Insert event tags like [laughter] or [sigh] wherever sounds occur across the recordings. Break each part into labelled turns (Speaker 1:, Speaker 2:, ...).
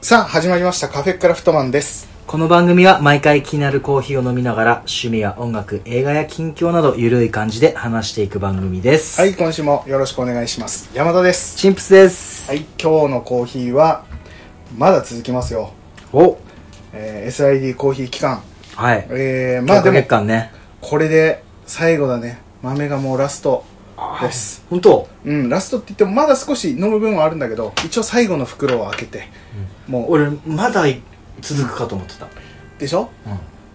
Speaker 1: さあ始まりましたカフェクラフトマンです
Speaker 2: この番組は毎回気になるコーヒーを飲みながら趣味や音楽映画や近況などゆるい感じで話していく番組です
Speaker 1: はい今週もよろしくお願いします山田です
Speaker 2: チンプスです、
Speaker 1: はい今日のコーヒーはまだ続きますよ、
Speaker 2: お
Speaker 1: えー SID コーヒー期間
Speaker 2: はい
Speaker 1: えー、ま
Speaker 2: ま
Speaker 1: あ
Speaker 2: あ
Speaker 1: でも
Speaker 2: 月間ね
Speaker 1: これで最後だね豆がもうラストです
Speaker 2: 本当
Speaker 1: うんラストって言ってもまだ少し飲む分はあるんだけど一応最後の袋を開けて、も
Speaker 2: 俺まだい続くかと思ってた、
Speaker 1: うでしょ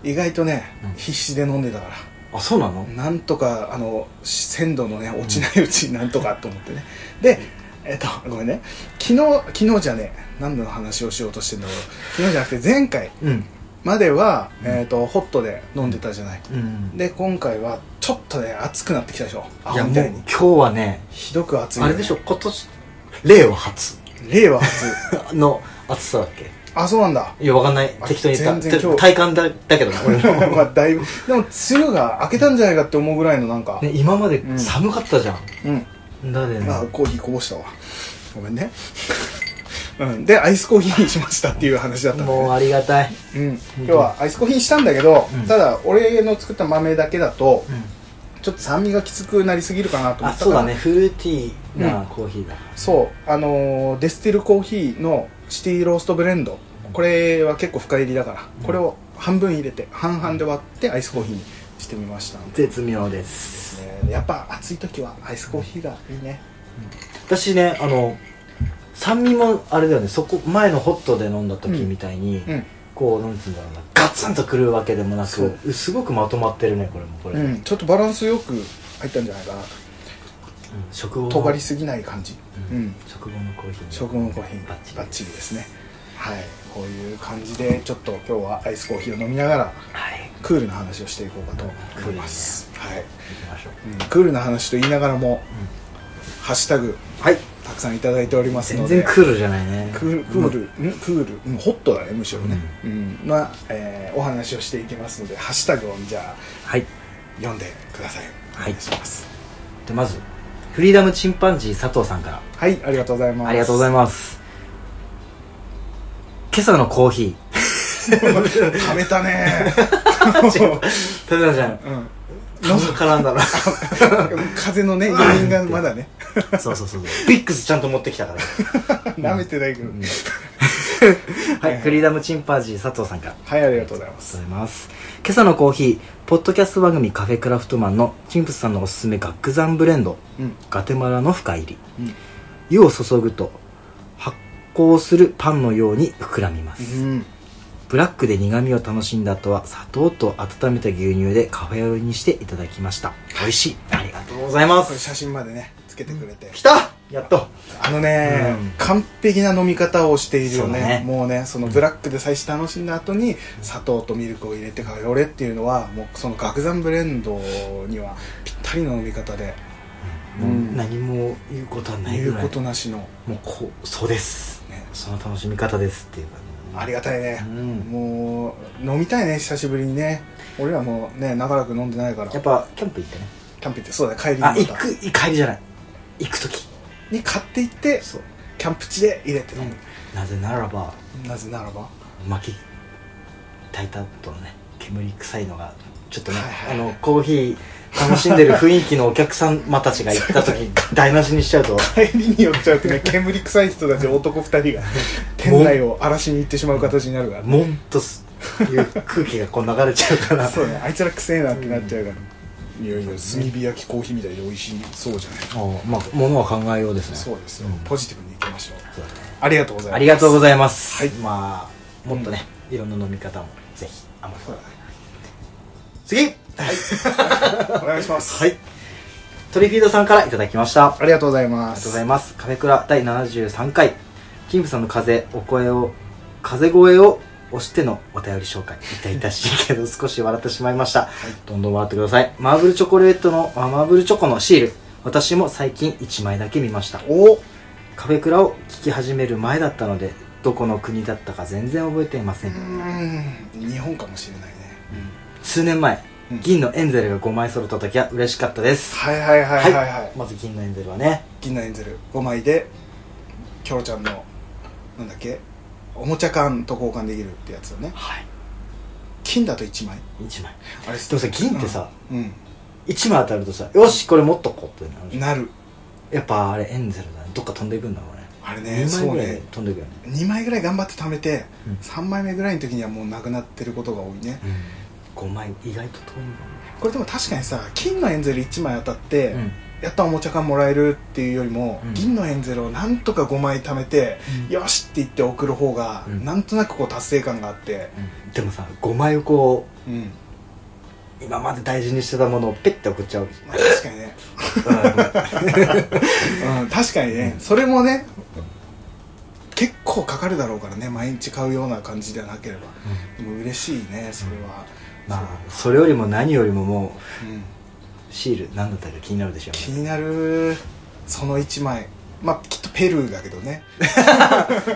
Speaker 1: 意外とね、
Speaker 2: うん
Speaker 1: 必死で飲んでたから
Speaker 2: あそうなの
Speaker 1: なんとかあの鮮度のね落ちないうちになんとかと思ってね、でえっとごめんね昨日昨日じゃね何の話をしようとしてんだろう昨日じゃなくて前回
Speaker 2: うん
Speaker 1: までは、えっとホットで飲んでたじゃない
Speaker 2: うん
Speaker 1: で今回はちょっとね暑くなってきたでしょア
Speaker 2: いや
Speaker 1: ホ
Speaker 2: も
Speaker 1: み
Speaker 2: う
Speaker 1: たい
Speaker 2: 今
Speaker 1: に
Speaker 2: 日はね
Speaker 1: ひどく暑いよ
Speaker 2: あ
Speaker 1: ね
Speaker 2: れでしょ今年令和初 [laughs]
Speaker 1: 令和初
Speaker 2: の暑さだっけ
Speaker 1: あそうなん
Speaker 2: [laughs]
Speaker 1: だ
Speaker 2: いやわかんない
Speaker 1: あ
Speaker 2: 適当に言った
Speaker 1: 全然今日
Speaker 2: 体感だだ
Speaker 1: [laughs]
Speaker 2: けどね俺の、
Speaker 1: まあだいぶでも梅雨が明けたんじゃないかって思うぐらいのなんか、
Speaker 2: ね、今まで
Speaker 1: うん
Speaker 2: 寒かったじゃん、
Speaker 1: うん
Speaker 2: だね
Speaker 1: あコーヒーこぼしたわごめんねうんでアイスコーヒーにしましたっていう話だったんで、
Speaker 2: もうありがたい、
Speaker 1: うん、今日はアイスコーヒーにしたんだけど、
Speaker 2: うん
Speaker 1: ただ俺の作った豆だけだとちょっと酸味がきつくなりすぎるかなと思
Speaker 2: あ
Speaker 1: ったから
Speaker 2: そうだねフルーティーなコーヒーだ、
Speaker 1: そうあのーデスティルコーヒーのシティローストブレンドこれは結構深入りだから、これを半分入れて半々で割ってアイスコーヒーにしてみましたので、
Speaker 2: 絶妙です
Speaker 1: ねやっぱ暑い時はアイスコーヒーがいいね
Speaker 2: 私ねあの酸味もあれだよねそこ前のホットで飲んだ時みたいに、
Speaker 1: うん
Speaker 2: こうなんつうんだろうなガツンとくるわけでもな
Speaker 1: そう
Speaker 2: くうすごくまとまってるねこれもこれ、
Speaker 1: う
Speaker 2: うん
Speaker 1: ん、ちょっとバランスよく入ったんじゃないかな
Speaker 2: 食後の
Speaker 1: 尖りすぎない感じう、
Speaker 2: うんん食後のコーヒー
Speaker 1: 食後のコーヒー
Speaker 2: バッチリ
Speaker 1: バッチリですねはいこういう感じでちょっと今日はアイスコーヒーを飲みながら
Speaker 2: はい
Speaker 1: クールな話をしていこうかと思います、はい、
Speaker 2: 行きましょう、
Speaker 1: うんクールな話と言いながらも、ハッシュタグ
Speaker 2: はい
Speaker 1: たくさんいただいておりますの
Speaker 2: 全
Speaker 1: で
Speaker 2: 然クールじゃないね
Speaker 1: クールクール、うん、クール、うん、ホットだねむしろね、うんまあ、えーお話をしていきますのでハッシュタグをじゃあ
Speaker 2: はい
Speaker 1: 読んでくださいお
Speaker 2: はい
Speaker 1: 願いします
Speaker 2: でまずフリーダムチンパンジー佐藤さんから
Speaker 1: はい、ありがとうございます
Speaker 2: ありがとうございます今朝のコー [laughs] ヒ
Speaker 1: [laughs] ます食べたね
Speaker 2: ー食べたじゃん
Speaker 1: うん
Speaker 2: 喉絡んだな
Speaker 1: 風のね余韻がまだね
Speaker 2: [laughs] そうそうそうビックスちゃんと持ってきたから
Speaker 1: 舐めてないけど、
Speaker 2: はい、フリーダムチンパンジー佐藤さんからあり
Speaker 1: はいありがとうございま
Speaker 2: が
Speaker 1: す
Speaker 2: とうございます今朝のコーヒーポッドキャスト番組カフェクラフトマンのチンプスさんのおすすめガックザンブレンド
Speaker 1: うん
Speaker 2: ガテマラの深入り
Speaker 1: うん
Speaker 2: 湯を注ぐと発酵するパンのように膨らみます、
Speaker 1: うん
Speaker 2: ブラックで苦味を楽しんだ後は砂糖と温めた牛乳でカフェオレにしていただきました美味しいありがとうございま
Speaker 1: これ
Speaker 2: す
Speaker 1: 写真までねつけてくれて
Speaker 2: 来たやっと
Speaker 1: あのね、
Speaker 2: うん
Speaker 1: 完璧な飲み方をしているよね
Speaker 2: そうだね
Speaker 1: もうねそのブラックで最初楽しんだ後に砂糖とミルクを入れてカフェオレっていうのはもうその岳山ブレンドにはぴったりの飲み方で
Speaker 2: もううん何も言うことはない
Speaker 1: 言
Speaker 2: ぐ
Speaker 1: う
Speaker 2: らい
Speaker 1: ことなしの、
Speaker 2: もうこうそうです
Speaker 1: ね、
Speaker 2: その楽しみ方ですっていうかね
Speaker 1: ありがたいね、
Speaker 2: うん
Speaker 1: もう飲みたいね久しぶりにね俺らもね長らく飲んでないから
Speaker 2: やっぱキャンプ行ってね
Speaker 1: キャンプ行ってそうだね帰りに
Speaker 2: あ
Speaker 1: ま
Speaker 2: 行
Speaker 1: た
Speaker 2: くい帰りじゃない行く時
Speaker 1: に買って行って
Speaker 2: そう、
Speaker 1: キャンプ地で入れて飲む、
Speaker 2: なぜならば
Speaker 1: なぜならば
Speaker 2: 薪炊いた後のね煙臭いのがちょっとね、
Speaker 1: はいはいはい
Speaker 2: あのコーヒー楽しんでる雰囲気のお客さんまたちが
Speaker 1: [laughs]
Speaker 2: 行った時台無しにしちゃうと
Speaker 1: 帰りによっちゃうと [laughs] ね煙臭い人たち男2人が店内を荒らしに行ってしまう形になるから
Speaker 2: もんとすいう空気がこう流れちゃうか
Speaker 1: [laughs]
Speaker 2: ら
Speaker 1: そうねあいつらくせえなってなっちゃうから、いやいや炭火焼きコーヒーみたいで美味しいそうじゃない
Speaker 2: もうまあものは考えようですね
Speaker 1: そうですよ、
Speaker 2: うん
Speaker 1: ポジティブにいきましょう
Speaker 2: そうだね
Speaker 1: ありがとうございます
Speaker 2: ありがとうご
Speaker 1: い
Speaker 2: ざいます、
Speaker 1: はい
Speaker 2: まあもっとね、いろんな飲み方もぜひあまり
Speaker 1: ます
Speaker 2: 次
Speaker 1: お願いします
Speaker 2: はいトリフィードさんからいただきました
Speaker 1: ありがとうございま
Speaker 2: ありが
Speaker 1: す
Speaker 2: とうございます。カフェクラ第73回、キングさんの風、お声を、風声を押してのお便り紹介。痛々しいけど [laughs] 少し笑ってしまいました。どんどん笑ってください。マーブルチョコレートの、あマーブルチョコのシール。私も最近1枚だけ見ました。
Speaker 1: お
Speaker 2: カフェクラを聞き始める前だったので、どこの国だったか全然覚えていません。
Speaker 1: うん日本かもしれないね
Speaker 2: 数年前
Speaker 1: うん、
Speaker 2: 銀のエンゼルが5枚揃った時は嬉しかったです。
Speaker 1: はいはいはいはいはい、
Speaker 2: まず銀のエンゼルはね、
Speaker 1: 銀のエンゼル5枚でキョロちゃんのなんだっけおもちゃ缶と交換できるってやつをね
Speaker 2: はい
Speaker 1: 金だと1枚
Speaker 2: 1枚
Speaker 1: あれ
Speaker 2: でもさ銀ってさ、
Speaker 1: うん、
Speaker 2: 1枚当たるとさよしこれ持っとこうってなる
Speaker 1: うん
Speaker 2: じゃん
Speaker 1: なる
Speaker 2: やっぱあれエンゼルだねどっか飛んでいくんだろうね
Speaker 1: あれね
Speaker 2: 2
Speaker 1: そ
Speaker 2: 枚
Speaker 1: う
Speaker 2: ぐらい
Speaker 1: ね
Speaker 2: 飛んでいくよね
Speaker 1: 2枚ぐらい頑張って貯めて、
Speaker 2: うん
Speaker 1: 3枚目ぐらいの時にはもうなくなってることが多いね
Speaker 2: 5枚意外と遠いんだ
Speaker 1: これでも確かにさ金のエンゼル1枚当たって、
Speaker 2: もんね
Speaker 1: やったおもちゃ缶もらえるっていうよりも、
Speaker 2: うん
Speaker 1: 銀のエンゼルをなんとか5枚貯めて、
Speaker 2: うん
Speaker 1: よしって言って送る方が、
Speaker 2: うん
Speaker 1: なんとなくこう達成感があって、
Speaker 2: うんでもさ5枚をこ
Speaker 1: うん
Speaker 2: う今まで大事にしてたものをペッて送
Speaker 1: [laughs]
Speaker 2: っちゃう
Speaker 1: まあ、確かにね、うん、確かにね、それもね結構かかるだろうからね毎日買うような感じではなければでも嬉しいねそれは、
Speaker 2: まあそれよりも何よりもも
Speaker 1: そううん
Speaker 2: うシール何だったか気になるでしょ
Speaker 1: 気
Speaker 2: うね
Speaker 1: になるその1枚まあきっとペルーだけどね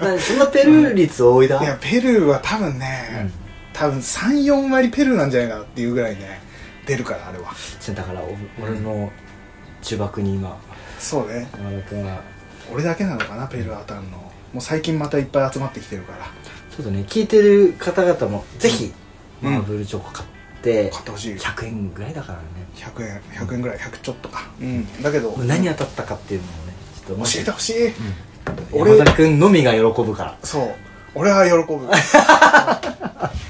Speaker 2: 何そんなペルー率多いだ
Speaker 1: いやペルーは多分ね、
Speaker 2: うん
Speaker 1: 多分34割ペルーなんじゃないかなっていうぐらいね出るからあれは
Speaker 2: ちょだからお俺の呪縛に今
Speaker 1: そうね
Speaker 2: 山田君は
Speaker 1: 俺だけなのかなペルー当たるのもう最近またいっぱい集まってきてるから
Speaker 2: ちょっとね聞いてる方々もぜひ
Speaker 1: うん
Speaker 2: マーブルチョコ買って
Speaker 1: 買ってほしい
Speaker 2: 100円ぐらいだからね
Speaker 1: 100円100円ぐらい100ちょっとかうんだけど
Speaker 2: 何
Speaker 1: 教
Speaker 2: 当たったかっていうのをねちょっと
Speaker 1: えてほしい、俺
Speaker 2: 山田君のみが喜ぶから
Speaker 1: そう俺は喜ぶ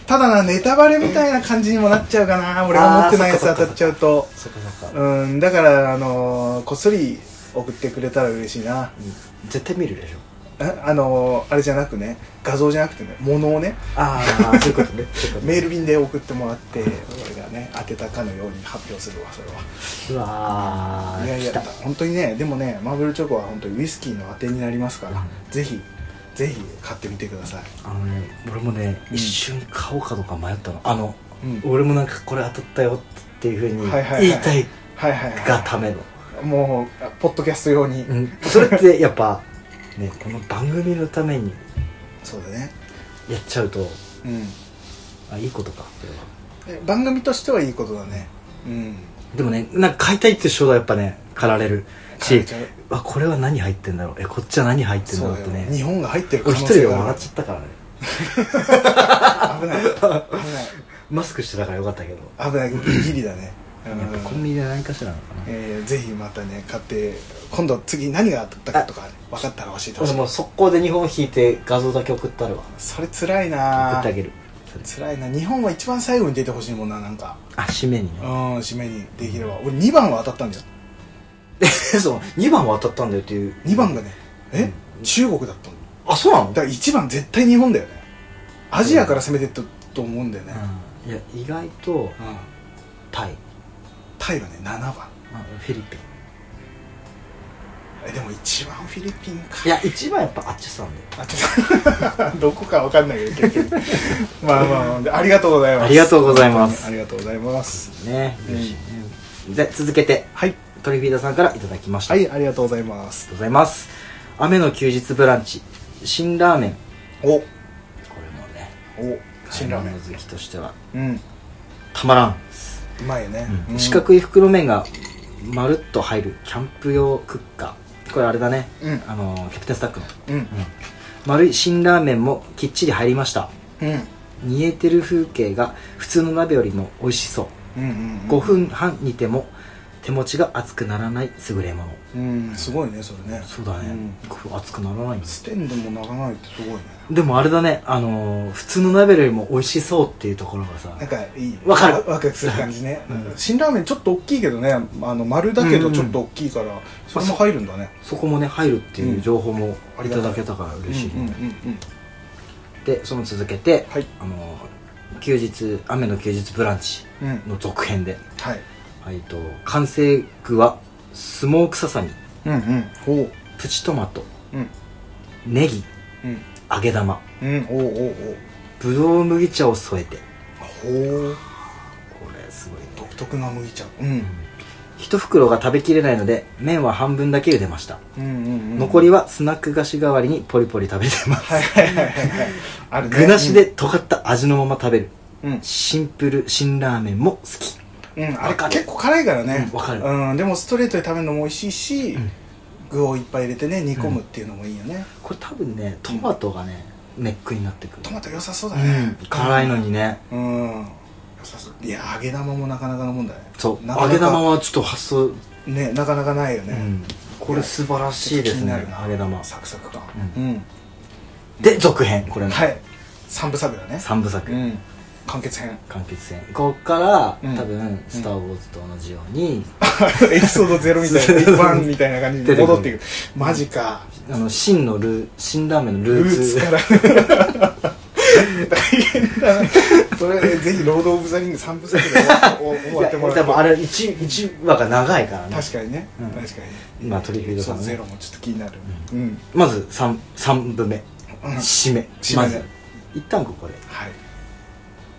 Speaker 1: ただなネタバレみたいな感じにもなっちゃうかな俺が持ってないやつ当たっちゃうと
Speaker 2: そっかそっか
Speaker 1: うんだからあのーこっそり送ってくれたら嬉しいな
Speaker 2: 絶対見るでしょ
Speaker 1: ああのーあれじゃなくね画像じゃなくてね物をね
Speaker 2: ああ [laughs] そういうことねそういうことね
Speaker 1: メール便で送ってもらって俺がね当てたかのように発表するわそれは
Speaker 2: うわー
Speaker 1: いやいや
Speaker 2: 来た
Speaker 1: 本当にねでもねマーブルチョコは本当にウイスキーのあてになりますから、
Speaker 2: うん
Speaker 1: ぜひぜひ買ってみてください
Speaker 2: あのね俺もね
Speaker 1: うん
Speaker 2: 一瞬買おうかどうか迷ったのあの
Speaker 1: うん
Speaker 2: 俺もなんかこれ当たったよっていうふうに
Speaker 1: はいはいはい
Speaker 2: 言いたい
Speaker 1: はいはい、
Speaker 2: が
Speaker 1: は
Speaker 2: ための
Speaker 1: い、もうあポッドキャスト用に、
Speaker 2: うんそれってやっぱねこの番組のために
Speaker 1: そうだね
Speaker 2: やっちゃうと
Speaker 1: うん
Speaker 2: あいいことかこれは
Speaker 1: え番組としてはいいことだねうん
Speaker 2: でもねなんか買いたいっていう衝動はやっぱね駆られる
Speaker 1: 買
Speaker 2: し
Speaker 1: えちゃう
Speaker 2: わこれは何入ってんだろうえこっちは何入ってんだ
Speaker 1: そう
Speaker 2: ろうっ
Speaker 1: だ
Speaker 2: て
Speaker 1: よ、
Speaker 2: ね
Speaker 1: 日本が入ってる可
Speaker 2: 俺
Speaker 1: 能
Speaker 2: 一人
Speaker 1: 性
Speaker 2: で
Speaker 1: があ
Speaker 2: 笑
Speaker 1: る
Speaker 2: っちゃったからね
Speaker 1: 危ない危ない
Speaker 2: マスクしてたからよかったけど
Speaker 1: 危ないギリギリだね、うん
Speaker 2: やっぱコンビニで何かしらなのかな
Speaker 1: えーぜひまたね買って今度次何が当たったかとかね分かったら教えてほし
Speaker 2: 俺
Speaker 1: い
Speaker 2: もう速攻で日本引いて画像だけ送ったるわ
Speaker 1: それ辛い
Speaker 2: 送
Speaker 1: な
Speaker 2: ってあげるそれ
Speaker 1: 辛いな日本は一番最後に出てほしいもんななんか
Speaker 2: あ締めに
Speaker 1: うん
Speaker 2: ね
Speaker 1: 締めにできれば俺2番は当たったんだよ
Speaker 2: [laughs] そう2番は当たったんだよっていう
Speaker 1: 2番がねえ、
Speaker 2: うん
Speaker 1: 中国だったの
Speaker 2: あそうなの
Speaker 1: だから1番絶対日本だよねアジアから攻めてったと思うんだよね、
Speaker 2: うんいや意外と
Speaker 1: うん
Speaker 2: タイ
Speaker 1: タイがね7番
Speaker 2: あフィリピン
Speaker 1: えでも一番フィリピンか
Speaker 2: いや一番やっぱあっちさんだよ
Speaker 1: あちょっと [laughs] どこかわかんないけど結局まあまあまあでありがとうございます
Speaker 2: ありがとうございます
Speaker 1: 本当にありがとうございます
Speaker 2: ね
Speaker 1: うん
Speaker 2: よしで続けて
Speaker 1: はい
Speaker 2: トリフィーダさんからいただきました
Speaker 1: はいありがとうございます
Speaker 2: ありがとうございます雨の休日ブランチ辛ラーメンこ
Speaker 1: おお
Speaker 2: れもね
Speaker 1: 辛ラーメ
Speaker 2: 買い物好きとしては
Speaker 1: ンうん
Speaker 2: たまらん、
Speaker 1: うまいよね、うん
Speaker 2: 四角い袋麺がまるっと入るキャンプ用クッカーこれあれだね、
Speaker 1: うん
Speaker 2: あのキャプテンスタックの、
Speaker 1: うん
Speaker 2: 丸い辛ラーメンもきっちり入りました
Speaker 1: うん
Speaker 2: 煮えてる風景が普通の鍋よりも美味しそう
Speaker 1: うんうん
Speaker 2: 5分半煮ても手持ちが熱くならない優れもの
Speaker 1: うんすごいねそれね
Speaker 2: そうだね、
Speaker 1: ん
Speaker 2: 熱くならないんです
Speaker 1: ステンでもならないってすごいね
Speaker 2: でもあれだね、あのー普通の鍋よりも美味しそうっていうところがさ
Speaker 1: なん、かいい
Speaker 2: わかる
Speaker 1: ワワクワクする感じね、
Speaker 2: うん
Speaker 1: 辛ラーメンちょっと大きいけどねあの丸だけ
Speaker 2: うんう
Speaker 1: ど
Speaker 2: ん
Speaker 1: ちょっと大きいから、それも入るんだね
Speaker 2: そこもね、入るっていう情報も
Speaker 1: うん
Speaker 2: いただけたから嬉しいね。
Speaker 1: うんうんうん
Speaker 2: で、その続けて、
Speaker 1: はい
Speaker 2: あのー休日、雨の休日ブランチ
Speaker 1: うんうん
Speaker 2: の続編で、
Speaker 1: はい
Speaker 2: えっと、完成具は、スモークササミ、
Speaker 1: うんうんおう
Speaker 2: プチトマト、
Speaker 1: うん
Speaker 2: ネギ、
Speaker 1: うん
Speaker 2: 揚げ玉、
Speaker 1: うんおうおう
Speaker 2: ぶどう麦茶を添えて。
Speaker 1: おうほう
Speaker 2: これすごいね。
Speaker 1: 独特な麦茶うん
Speaker 2: 一袋が食べきれないので、麺は半分だけ茹でました。
Speaker 1: うんうんうん
Speaker 2: 残りはスナック菓子代わりにポリポリ食べてます。
Speaker 1: はいはいはいはいはいあるね
Speaker 2: 具なしで尖った味のまま食べる
Speaker 1: うん
Speaker 2: シンプル辛ラーメンも好き
Speaker 1: うんあれ
Speaker 2: わかる
Speaker 1: 結構辛いからね
Speaker 2: うんわかる
Speaker 1: うんでもストレートで食べるのも美味しいし
Speaker 2: うん
Speaker 1: 具をいっぱい入れてね煮込むっていうのもいいよね
Speaker 2: これ多分ねトマトがね、ネックになってくる
Speaker 1: トマト良さそうだ
Speaker 2: うん
Speaker 1: ね、
Speaker 2: 辛いのにね
Speaker 1: うん良さそういや揚げ玉もなかなかのもんだね
Speaker 2: そう
Speaker 1: なかな
Speaker 2: 揚
Speaker 1: か
Speaker 2: げ玉はちょっと発想、
Speaker 1: ねなかなかないよね、
Speaker 2: うんこれ素晴らしいです
Speaker 1: ちょっ
Speaker 2: ね
Speaker 1: と気になるな
Speaker 2: 揚げ玉
Speaker 1: サクサク感う
Speaker 2: う
Speaker 1: ん、
Speaker 2: で続編これの
Speaker 1: はい三部作だね
Speaker 2: 三部作、
Speaker 1: うん完結編 [laughs]
Speaker 2: 完結編こっから、
Speaker 1: うん
Speaker 2: 多分「スター・ウォーズ」と同じように、
Speaker 1: エピソード0みた
Speaker 2: [laughs]
Speaker 1: いな1みたいな感じに戻っていくマジか
Speaker 2: あの真のルー辛ラーメンのル
Speaker 1: ルー
Speaker 2: ーツ
Speaker 1: ツから大変だなそれぜひ「ロード・オブ・ザ・リング」3部作で終わお終わっても
Speaker 2: いやでもあ
Speaker 1: らって
Speaker 2: れ 1, 1話が長いからね
Speaker 1: 確かにね、
Speaker 2: うん
Speaker 1: 確かに
Speaker 2: まあトリフィード
Speaker 1: そ
Speaker 2: さ
Speaker 1: うんゼ
Speaker 2: ね
Speaker 1: ロもちょっと気になるうん、
Speaker 2: まず 3, 三部目
Speaker 1: うんはい
Speaker 2: 締め
Speaker 1: 締め
Speaker 2: まず一旦ここで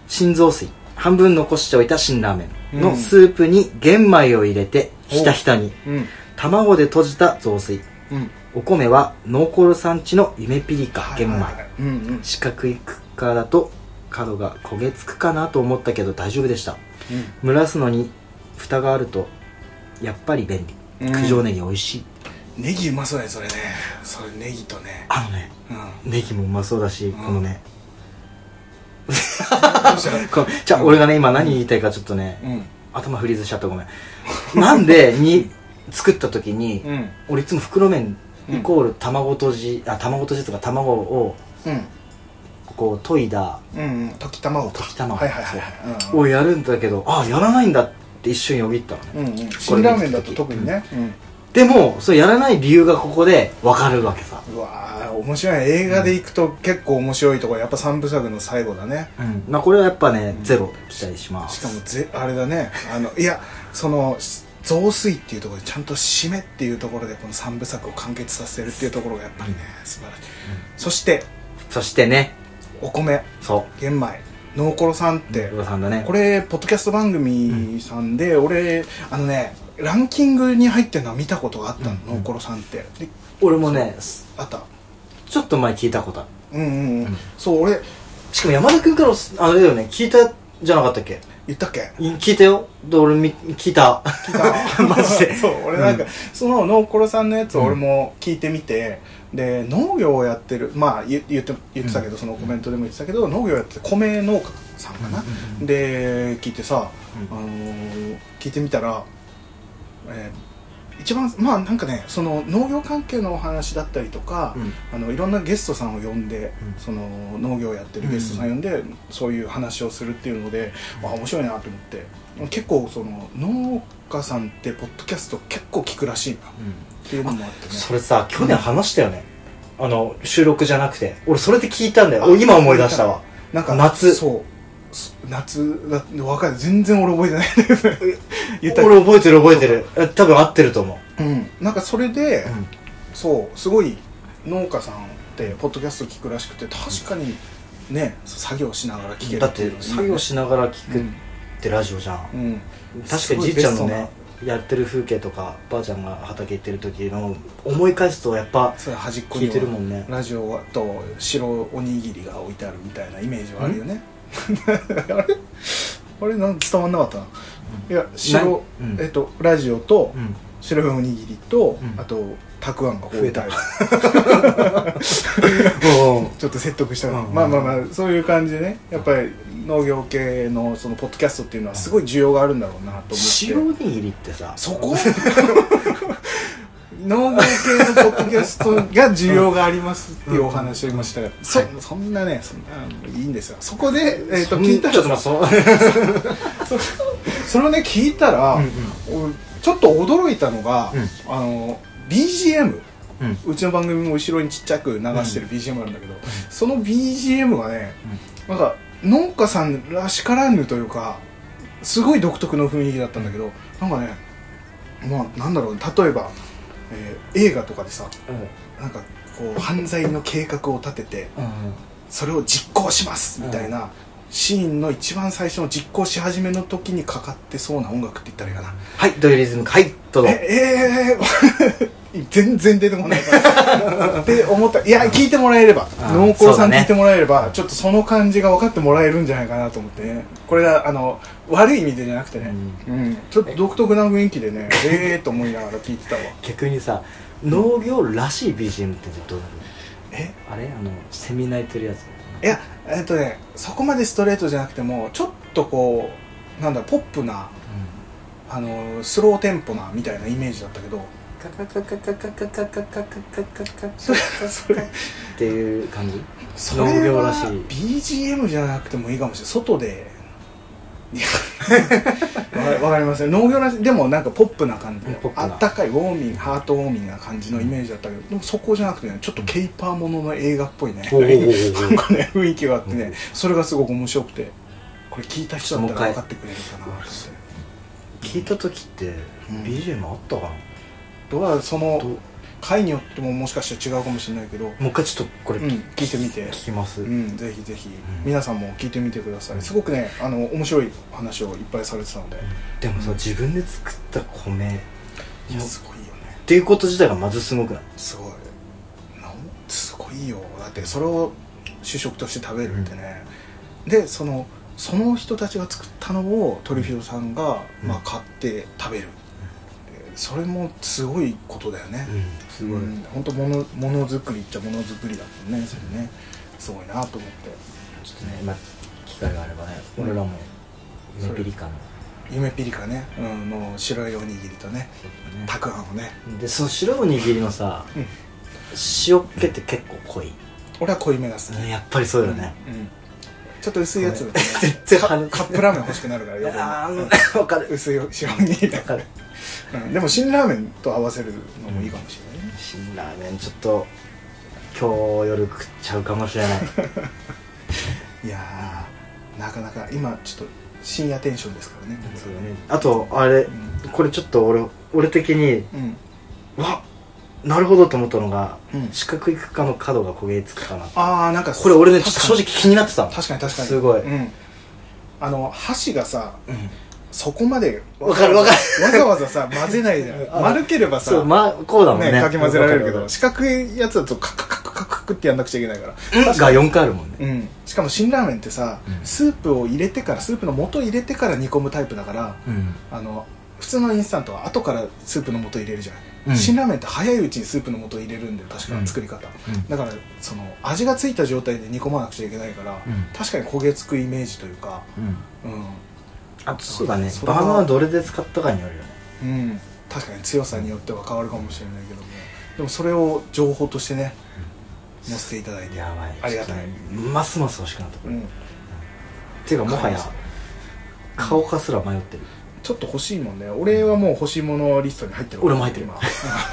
Speaker 2: 心臓水半分残しておいた辛ラーメン
Speaker 1: う
Speaker 2: の
Speaker 1: ん
Speaker 2: スープに玄米を入れて
Speaker 1: お
Speaker 2: ひたひたに
Speaker 1: うん
Speaker 2: 卵で閉じた雑炊
Speaker 1: うん
Speaker 2: お米はノーコル産地の夢ピリカ玄米
Speaker 1: うんうん
Speaker 2: 四角いクッカーだと角が焦げつくかなと思ったけど大丈夫でした蒸らすのに蓋があるとやっぱり便
Speaker 1: う
Speaker 2: 利
Speaker 1: ん
Speaker 2: 九条ネギ美味しい、
Speaker 1: ネギうまそうだねそれねそれネギとね
Speaker 2: あのね
Speaker 1: うん
Speaker 2: ネギもうまそうだし、
Speaker 1: うん
Speaker 2: このね
Speaker 1: どうした
Speaker 2: [laughs] こじゃあ俺がね今何言いたいかちょっとね、
Speaker 1: うん
Speaker 2: 頭フリーズしちゃったごめんなんでに作った時に、
Speaker 1: うん
Speaker 2: 俺いつも袋麺イコール卵とじ、あ卵とじとか卵を
Speaker 1: うん
Speaker 2: こう研いだ
Speaker 1: うんうん溶き卵か
Speaker 2: 溶き卵
Speaker 1: はいはいはいはいうん
Speaker 2: をやるんだけど、あやらないんだって一瞬よぎったのね、
Speaker 1: うんうん辛ラーメンだと特にね
Speaker 2: でもそれやらない理由がここで分かるわけさ、
Speaker 1: うんうわー面白い映画で行くと結構面白いとこやっぱ三部作の最後だね
Speaker 2: うんまあ、これはやっぱね、ゼロ期待しま
Speaker 1: し
Speaker 2: す
Speaker 1: かもぜあれだねあのいやその雑炊っていうところでちゃんと締めっていうところでこの三部作を完結させるっていうところがやっぱりね素晴らしい、そして
Speaker 2: そしてね
Speaker 1: お米
Speaker 2: そ
Speaker 1: 玄米ノーコロさんっ
Speaker 2: う
Speaker 1: て
Speaker 2: お父さんだね
Speaker 1: これポッドキャスト番組さんで、俺あのねランキングに入ってるのは見たことがあったの、
Speaker 2: うん
Speaker 1: ノーコロさんってで
Speaker 2: 俺もね
Speaker 1: あった
Speaker 2: ちょっと前聞いたことある
Speaker 1: うんうんうん、
Speaker 2: うん
Speaker 1: そう俺
Speaker 2: しかも山田君からあれだよね聞いたじゃなかったっけ
Speaker 1: 言ったっけ
Speaker 2: い聞いたよで俺み聞いた
Speaker 1: 聞いた
Speaker 2: [laughs] マジで
Speaker 1: [laughs] そう俺なんか、
Speaker 2: う
Speaker 1: そのノーコロさんのやつを俺も聞いてみて、で農業をやってるまあ言言って言ってたけど、そのコメントでも言ってたけど農業やってて米農家さんかな、で聞いてさ、
Speaker 2: う
Speaker 1: あのー聞いてみたら、えー一番まあなんかねその農業関係のお話だったりとか、
Speaker 2: うん
Speaker 1: あのいろんなゲストさんを呼んで、
Speaker 2: うん
Speaker 1: その農業をやってるゲストさん呼んで、そういう話をするっていうので、あ面白いなと思って結構その農家さんってポッドキャスト結構聞くらしいなっていうのもあってね
Speaker 2: それさ去年話したよね、あの収録じゃなくて俺それで聞いたんだよお今思い出したわ
Speaker 1: なんか
Speaker 2: 夏
Speaker 1: そうす夏だ若い全然俺覚えてない [laughs] 言ったっ
Speaker 2: 俺覚えてる覚えてるえ多分合ってると思
Speaker 1: けうんなんかそれで、
Speaker 2: う、
Speaker 1: そうすごい農家さんってポッドキャスト聞くらしくて確かにね作業しながら聞ける
Speaker 2: だって作業しながら聞
Speaker 1: う
Speaker 2: くっ
Speaker 1: ん
Speaker 2: てラジオじゃん、
Speaker 1: うん
Speaker 2: 確かにじいちゃんのねやってる風景とかばあちゃんが畑行ってる時の思い返すとやっぱ
Speaker 1: それ端っこ
Speaker 2: 聞
Speaker 1: に
Speaker 2: いてるもんね
Speaker 1: ラジオと白おにぎりが置いてあるみたいなイメージはあるよね [laughs] あれあれなん伝わんなかったないや白、
Speaker 2: なうん
Speaker 1: えっとラジオと
Speaker 2: うん
Speaker 1: 白いおにぎりと、
Speaker 2: うん
Speaker 1: あとたくあんが増えたり
Speaker 2: うん
Speaker 1: ちょっ [laughs] と説得したの、
Speaker 2: うん
Speaker 1: まあまあまあそういう感じでねやっぱり農業系のそのポッドキャストっていうのはすごい需要があるんだろうなと思って
Speaker 2: 白おにぎりってさ
Speaker 1: そこ [laughs] 農業系のポッドキャストが需要がありますっていうお話を今したがそ
Speaker 2: はい
Speaker 1: そんなねそんないいんですよそこで、えー、と
Speaker 2: そん
Speaker 1: 聞いた
Speaker 2: ちょっと
Speaker 1: ら
Speaker 2: まあそう
Speaker 1: それをね聞いたら、
Speaker 2: うん
Speaker 1: おちょっと驚いたのが、
Speaker 2: う
Speaker 1: あの BGM
Speaker 2: うん
Speaker 1: うちの番組も後ろにちっちゃく流してる BGM あるんだけど、その BGM がね、なんか農家さんらしからぬというかすごい独特の雰囲気だったんだけどなんかねまあなんだろう例えば、えー映画とかでさなんかこう犯罪の計画を立てて
Speaker 2: うん
Speaker 1: それを実行しますみたいな、シーンの一番最初の実行し始めの時にかかってそうな音楽って言ったらいいかな
Speaker 2: はいどういうリズムかはいどうぞ
Speaker 1: ええー全然出てこないからって思ったいや聞いてもらえれば
Speaker 2: あ
Speaker 1: 濃厚さ
Speaker 2: そうんだね
Speaker 1: 聞いてもらえれば、ちょっとその感じが分かってもらえるんじゃないかなと思ってねこれがあの悪い意味でじゃなくてね、うんちょっと独特な雰囲気でねええー、と思いながら聞いてたわ
Speaker 2: 逆にさ農業らしい BGM ってどうなる
Speaker 1: え
Speaker 2: あれあのセミ鳴いてるやつ
Speaker 1: いやえっとねそこまでストレートじゃなくてもちょっとこうなんだポップな
Speaker 2: う
Speaker 1: あのスローテンポなみたいなイメージだったけど
Speaker 2: んカカカカカカカカカカカカカカカ
Speaker 1: それそれ
Speaker 2: っていう感じ
Speaker 1: それ
Speaker 2: 農業ら
Speaker 1: は
Speaker 2: しい
Speaker 1: BGM じゃなくてもいいかもしれない外で [laughs] いやわかわかりません農業らしいでもなんかポップな感じ
Speaker 2: うんポップ
Speaker 1: あ
Speaker 2: な
Speaker 1: ったかいウォーミングハートウォーミングな感じのイメージだったけどでもそこじゃなくてねちょっとケイパーものの映画っぽいね
Speaker 2: おうおうおうおう
Speaker 1: [laughs] なんかね雰囲気があって
Speaker 2: おうおう
Speaker 1: ねそれがすごく面白くてこれ聞いた人だったら分かってくれるかなと思って
Speaker 2: 聞いた時って
Speaker 1: うん
Speaker 2: BGM あったかな
Speaker 1: どうだろうその
Speaker 2: どう
Speaker 1: 回によってももしかしたら違うかもしれないけど
Speaker 2: もう一回ちょっとこれ
Speaker 1: うん聞いてみて
Speaker 2: 聞きます
Speaker 1: うん、ぜひぜひ、
Speaker 2: ん
Speaker 1: 皆さんも聞いてみてくださいすごくねあの面白い話をいっぱいされてたので、
Speaker 2: でもさ
Speaker 1: うん
Speaker 2: 自分で作った米っ
Speaker 1: いやすごいよね
Speaker 2: ていうこと自体がまずすごくない
Speaker 1: すごいなんすごいよだってそれを主食として食べるってね、でそのその人たちが作ったのをトリフィドさんが、
Speaker 2: うん
Speaker 1: まあ、買って食べる、でそれもすごいことだよね、
Speaker 2: すごい
Speaker 1: うん本当ものものづくりっちゃものづくりだもんねそれねすごいなと思って
Speaker 2: ちょっとね今機会があればね
Speaker 1: うん
Speaker 2: 俺らも梅ピリカの
Speaker 1: 夢ピリカね、うん、の白いおにぎりとねたくあんをね
Speaker 2: でその白いおにぎりのさ
Speaker 1: うん
Speaker 2: 塩気って結構濃い
Speaker 1: 俺は濃いめが好き、
Speaker 2: やっぱりそうよね
Speaker 1: うんうんちょっと薄いやつだとね
Speaker 2: 絶対
Speaker 1: カ
Speaker 2: 鼻
Speaker 1: カップラーメン欲しくなるから横に
Speaker 2: ああわかる
Speaker 1: 薄い塩に
Speaker 2: わかる
Speaker 1: うんでも辛ラーメンと合わせるのもいいかもしれないね、
Speaker 2: 辛ラーメンちょっと今日夜食っちゃうかも
Speaker 1: [laughs]
Speaker 2: しれない
Speaker 1: いやーなかなか今ちょっと深夜テンションですからね僕
Speaker 2: そうだねあとあれこれちょっと俺俺的に
Speaker 1: うんうん
Speaker 2: わなるほどと思ったのが、
Speaker 1: うん
Speaker 2: 四角い区間の角が焦げつくかな
Speaker 1: ああなんか
Speaker 2: これ俺ねちょっ
Speaker 1: 確
Speaker 2: と
Speaker 1: かに
Speaker 2: 正直気になってたの
Speaker 1: 確かに確かに
Speaker 2: すごい
Speaker 1: うんあの箸がさ
Speaker 2: うん
Speaker 1: そこまで
Speaker 2: わかるわか
Speaker 1: るわざわざさ混ぜないじ [laughs] ゃん
Speaker 2: あ
Speaker 1: 丸ければ
Speaker 2: そ
Speaker 1: さ
Speaker 2: うまあこうだもんね
Speaker 1: ねかき混ぜられるけ
Speaker 2: わ
Speaker 1: ど
Speaker 2: か
Speaker 1: 四角いやつだとカクカクカクカクってやんなくちゃいけないから
Speaker 2: るわかるが4回あるもんね
Speaker 1: うん、しかも辛ラーメンってさ、
Speaker 2: うん
Speaker 1: スープを入れてからスープの素入れてから煮込むタイプだから
Speaker 2: うん
Speaker 1: あの普通のインスタントは後からスープの素入れるじゃない、
Speaker 2: うん
Speaker 1: 辛ラーメンって早いうちにスープの素入れるんだよ確
Speaker 2: う
Speaker 1: か
Speaker 2: ん
Speaker 1: 作り方、
Speaker 2: うん
Speaker 1: だからその味がついた状態で煮込まなくちゃいけないから、
Speaker 2: うん
Speaker 1: 確かに焦げつくイメージというかう
Speaker 2: あとそうだね
Speaker 1: それ
Speaker 2: バ
Speaker 1: は
Speaker 2: ーナーはどれで使ったかによるよね
Speaker 1: ん、うん、確かに強さによっては変わるかもしれないけどもでもそれを情報としてね載せていただいて
Speaker 2: やばい
Speaker 1: ありがたい
Speaker 2: ちょっとねますます欲しくなったこ
Speaker 1: う
Speaker 2: れっ
Speaker 1: ん、
Speaker 2: ていうかもはや
Speaker 1: 買いま
Speaker 2: 顔かすら迷ってる
Speaker 1: ちょっと欲しいもんね俺はもう欲しいものリストに入ってる
Speaker 2: 俺も入ってる
Speaker 1: 今ね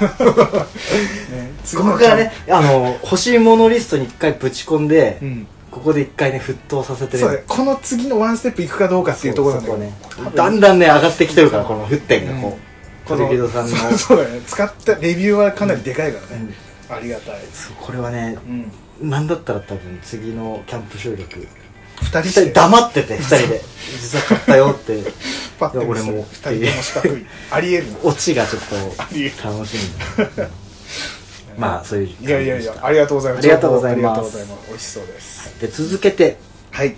Speaker 2: [laughs] ここからねあの欲しいものリストに一回ぶち込んで、
Speaker 1: うん
Speaker 2: ここで一回ね沸騰させて
Speaker 1: そうねこの次のワンステップいくかどうかっていうところなんだ
Speaker 2: そ
Speaker 1: け
Speaker 2: う
Speaker 1: ど
Speaker 2: そこねだんだんね上がってきてるからこの沸点がこう
Speaker 1: こ
Speaker 2: ト
Speaker 1: の
Speaker 2: リビドさんの
Speaker 1: そうそうだね使ったレビューはかなりでかいからね、ありがたい
Speaker 2: そうこれはね
Speaker 1: うん
Speaker 2: なんだったら多分次のキャンプ収録
Speaker 1: 2人
Speaker 2: 二
Speaker 1: して
Speaker 2: 人黙ってて二人で実は買ったよって
Speaker 1: パッて見せ
Speaker 2: 俺
Speaker 1: る
Speaker 2: も
Speaker 1: 2人とも四角
Speaker 2: [laughs]
Speaker 1: いありえるな
Speaker 2: オチがちょっ
Speaker 1: ありえ
Speaker 2: と楽しみだねまあそういう感
Speaker 1: い
Speaker 2: じでした
Speaker 1: やいやいやありがとうございます
Speaker 2: ありがとうございます
Speaker 1: 情報ありがとうございます美味しそうです
Speaker 2: で続けて
Speaker 1: はい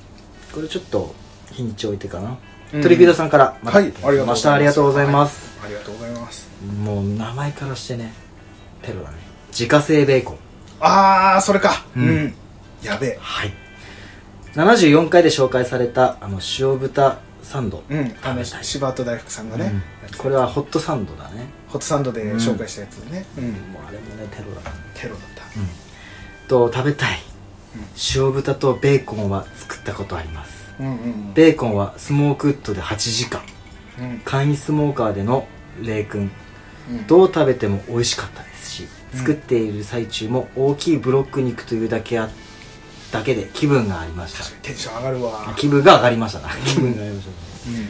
Speaker 2: これちょっと日にち置いてかな、
Speaker 1: うん
Speaker 2: トリビドさんからまた
Speaker 1: はいありがとうござい
Speaker 2: ま
Speaker 1: ま
Speaker 2: し
Speaker 1: す
Speaker 2: たありがとうございます、
Speaker 1: ありがとうございます
Speaker 2: もう名前からしてねペロだね自家製ベーコン
Speaker 1: ああそれか
Speaker 2: う
Speaker 1: うんん、やべえ
Speaker 2: はい74回で紹介されたあの塩豚サンド、
Speaker 1: うんあの
Speaker 2: 食べたい
Speaker 1: 柴田大福さんがね、
Speaker 2: うんこれはホットサンドだね
Speaker 1: ホットサンドで紹介したやつね、うん
Speaker 2: もうあれもねテロだな
Speaker 1: テロだった
Speaker 2: と食べたい、
Speaker 1: うん
Speaker 2: 塩豚とベーコンは作ったことあります
Speaker 1: うんうん
Speaker 2: ベーコンはスモークウッドで8時間
Speaker 1: うん
Speaker 2: 簡易スモーカーでの冷燻
Speaker 1: うん
Speaker 2: どう食べても美味しかったですし
Speaker 1: うん
Speaker 2: 作っている最中も大きいブロック肉というだけあだけで気分がありまし
Speaker 1: 確
Speaker 2: た
Speaker 1: かにテンション上がるわ
Speaker 2: 気分が上がりましたな気分が上がりましたね
Speaker 1: うん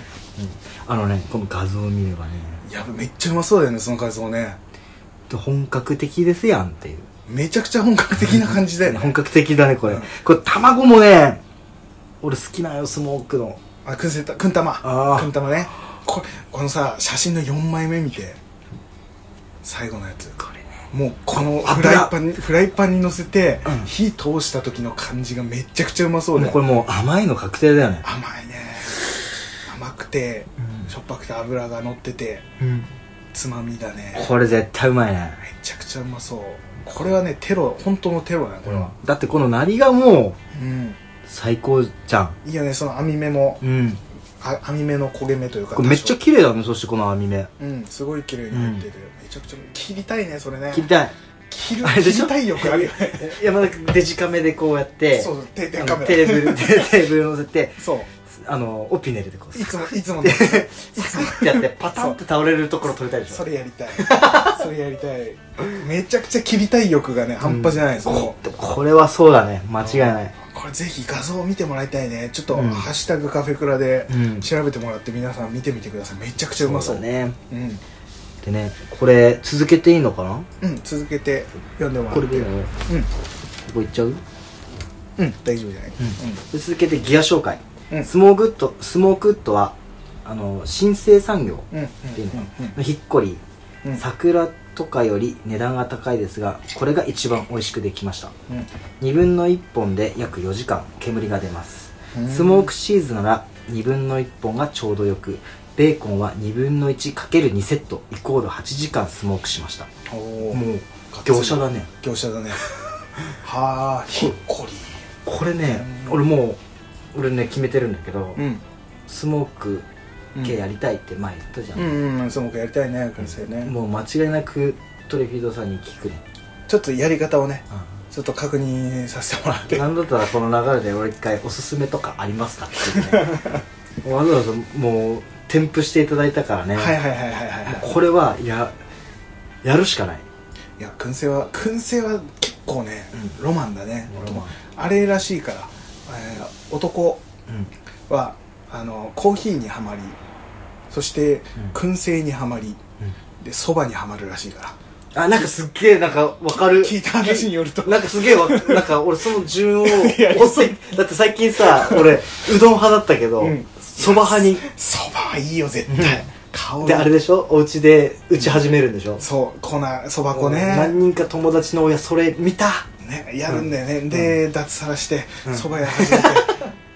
Speaker 2: あのねこの画像を見ればね
Speaker 1: やべめっちゃうまそうだよねその改造ね
Speaker 2: 本格的ですやんっていう
Speaker 1: めちゃくちゃ本格的な感じだよね
Speaker 2: 本格的だねこれ、
Speaker 1: うん
Speaker 2: これ卵もね俺好きなよスモークの
Speaker 1: あくんせたくん玉
Speaker 2: あー
Speaker 1: くん玉ねこれこのさ写真の4枚目見て最後のやつ
Speaker 2: これね
Speaker 1: もうこのフ
Speaker 2: 油
Speaker 1: ライパンにフライパンに乗せて、
Speaker 2: うん
Speaker 1: 火通した時の感じがめちゃくちゃうまそう
Speaker 2: も
Speaker 1: で
Speaker 2: うこれもう甘いの確定だよね
Speaker 1: 甘いね甘くて
Speaker 2: うん
Speaker 1: しょっぱくて脂が乗ってて
Speaker 2: うん
Speaker 1: つまみだね
Speaker 2: これ絶対うまいね
Speaker 1: めちゃくちゃうまそうこれはねテロ本当のテロだねこれは
Speaker 2: だってこのなりがも
Speaker 1: う
Speaker 2: う
Speaker 1: ん
Speaker 2: 最高じゃん
Speaker 1: いいよねその網目も
Speaker 2: うん
Speaker 1: あ網目の焦げ目というか
Speaker 2: これめっちゃ
Speaker 1: 多
Speaker 2: 綺麗だねそしてこの網目
Speaker 1: 少うんすごい綺麗に入ってる、めちゃくちゃ切りたいねそれね
Speaker 2: 切りたい
Speaker 1: 切る
Speaker 2: あれで
Speaker 1: 切
Speaker 2: しょ
Speaker 1: りたい欲あるよ
Speaker 2: [laughs]
Speaker 1: ね
Speaker 2: いやまだデジカメでこうやって
Speaker 1: そうそう定
Speaker 2: あ
Speaker 1: 点カ
Speaker 2: の
Speaker 1: メ
Speaker 2: テ
Speaker 1: ラ
Speaker 2: ーブル [laughs] テーブル乗せて
Speaker 1: そう
Speaker 2: あのオピネルでこう
Speaker 1: いつもいつもの
Speaker 2: [laughs] スクってやってパタンって倒れるところ撮りたいで
Speaker 1: [laughs]
Speaker 2: し
Speaker 1: そ
Speaker 2: ょ
Speaker 1: れやりたいそれやりたいめちゃくちゃ切りたい欲がね半端じゃないです、
Speaker 2: うん
Speaker 1: こ
Speaker 2: ここれはそうだね間違いない
Speaker 1: これぜひ画像を見てもらいたいねちょっと「
Speaker 2: うん
Speaker 1: ハッシュタグカフェクラ」で
Speaker 2: うん
Speaker 1: 調べてもらって皆さん見てみてくださいめちゃくちゃうまそう
Speaker 2: だね
Speaker 1: うん、
Speaker 2: でねこれ続けていいのかな
Speaker 1: うん、続けて読んでもらっ
Speaker 2: こ
Speaker 1: て
Speaker 2: れでいいのここ行っちゃう
Speaker 1: うん、うん、大丈夫じゃない、う
Speaker 2: で続けてギア紹介、
Speaker 1: うん
Speaker 2: スモーグッドスモークウッドはあの新生産業
Speaker 1: んうん
Speaker 2: っていうのかな
Speaker 1: うん
Speaker 2: のひっこり、
Speaker 1: うん
Speaker 2: 桜とかより値段が高いですがこれが一番美味しくできました
Speaker 1: うんうん
Speaker 2: 2分の1本で約4時間煙が出ます
Speaker 1: うん
Speaker 2: スモークシーズなら2分の1本がちょうどよくベーコンは2分の 1×2 セットイコール8時間スモークしました
Speaker 1: おお
Speaker 2: もう業者だね
Speaker 1: 業者だ
Speaker 2: [laughs]
Speaker 1: ねはあひっこ
Speaker 2: これね
Speaker 1: うん
Speaker 2: 俺もう俺ね決めてるんだけど、
Speaker 1: りうん
Speaker 2: スモーク系や
Speaker 1: り
Speaker 2: りたいって前言ったじゃん、
Speaker 1: うんうんスモークやりたいね先生ね
Speaker 2: もう間違いなくトレフィードさんに聞くね、
Speaker 1: ちょっとやり方をねちょっと確認させてもらって
Speaker 2: なんだったらこの流れで俺一回おすすめとかありますかっていうねもうわざわざもう添付していただいたからね、
Speaker 1: はいはいはいはいはいはい
Speaker 2: もうこれはややるしかない
Speaker 1: いや燻製は燻製は結構ね、
Speaker 2: う
Speaker 1: ロマンだね
Speaker 2: ロマン
Speaker 1: あれらしいから、えー男はあのコーヒーにはまりそして、燻製にはまりでそばにはまるらしいか
Speaker 2: あなんかすっげえなんかわからる
Speaker 1: 聞いた話によると
Speaker 2: なんかすげえわなんか俺その順
Speaker 1: [laughs]
Speaker 2: を
Speaker 1: や
Speaker 2: 追ってだって最近さ俺うどん派だったけど
Speaker 1: うん
Speaker 2: そば、派に
Speaker 1: そばはいいよ絶対、
Speaker 2: うん
Speaker 1: 香
Speaker 2: であれ
Speaker 1: り
Speaker 2: でしょお家で打ち始めるんでしょ、
Speaker 1: そう粉そば粉
Speaker 2: 何
Speaker 1: ね
Speaker 2: 人か友達の親それ見た
Speaker 1: ねやるんだよね、で脱サラして
Speaker 2: うん
Speaker 1: そば、屋始
Speaker 2: [laughs]
Speaker 1: めて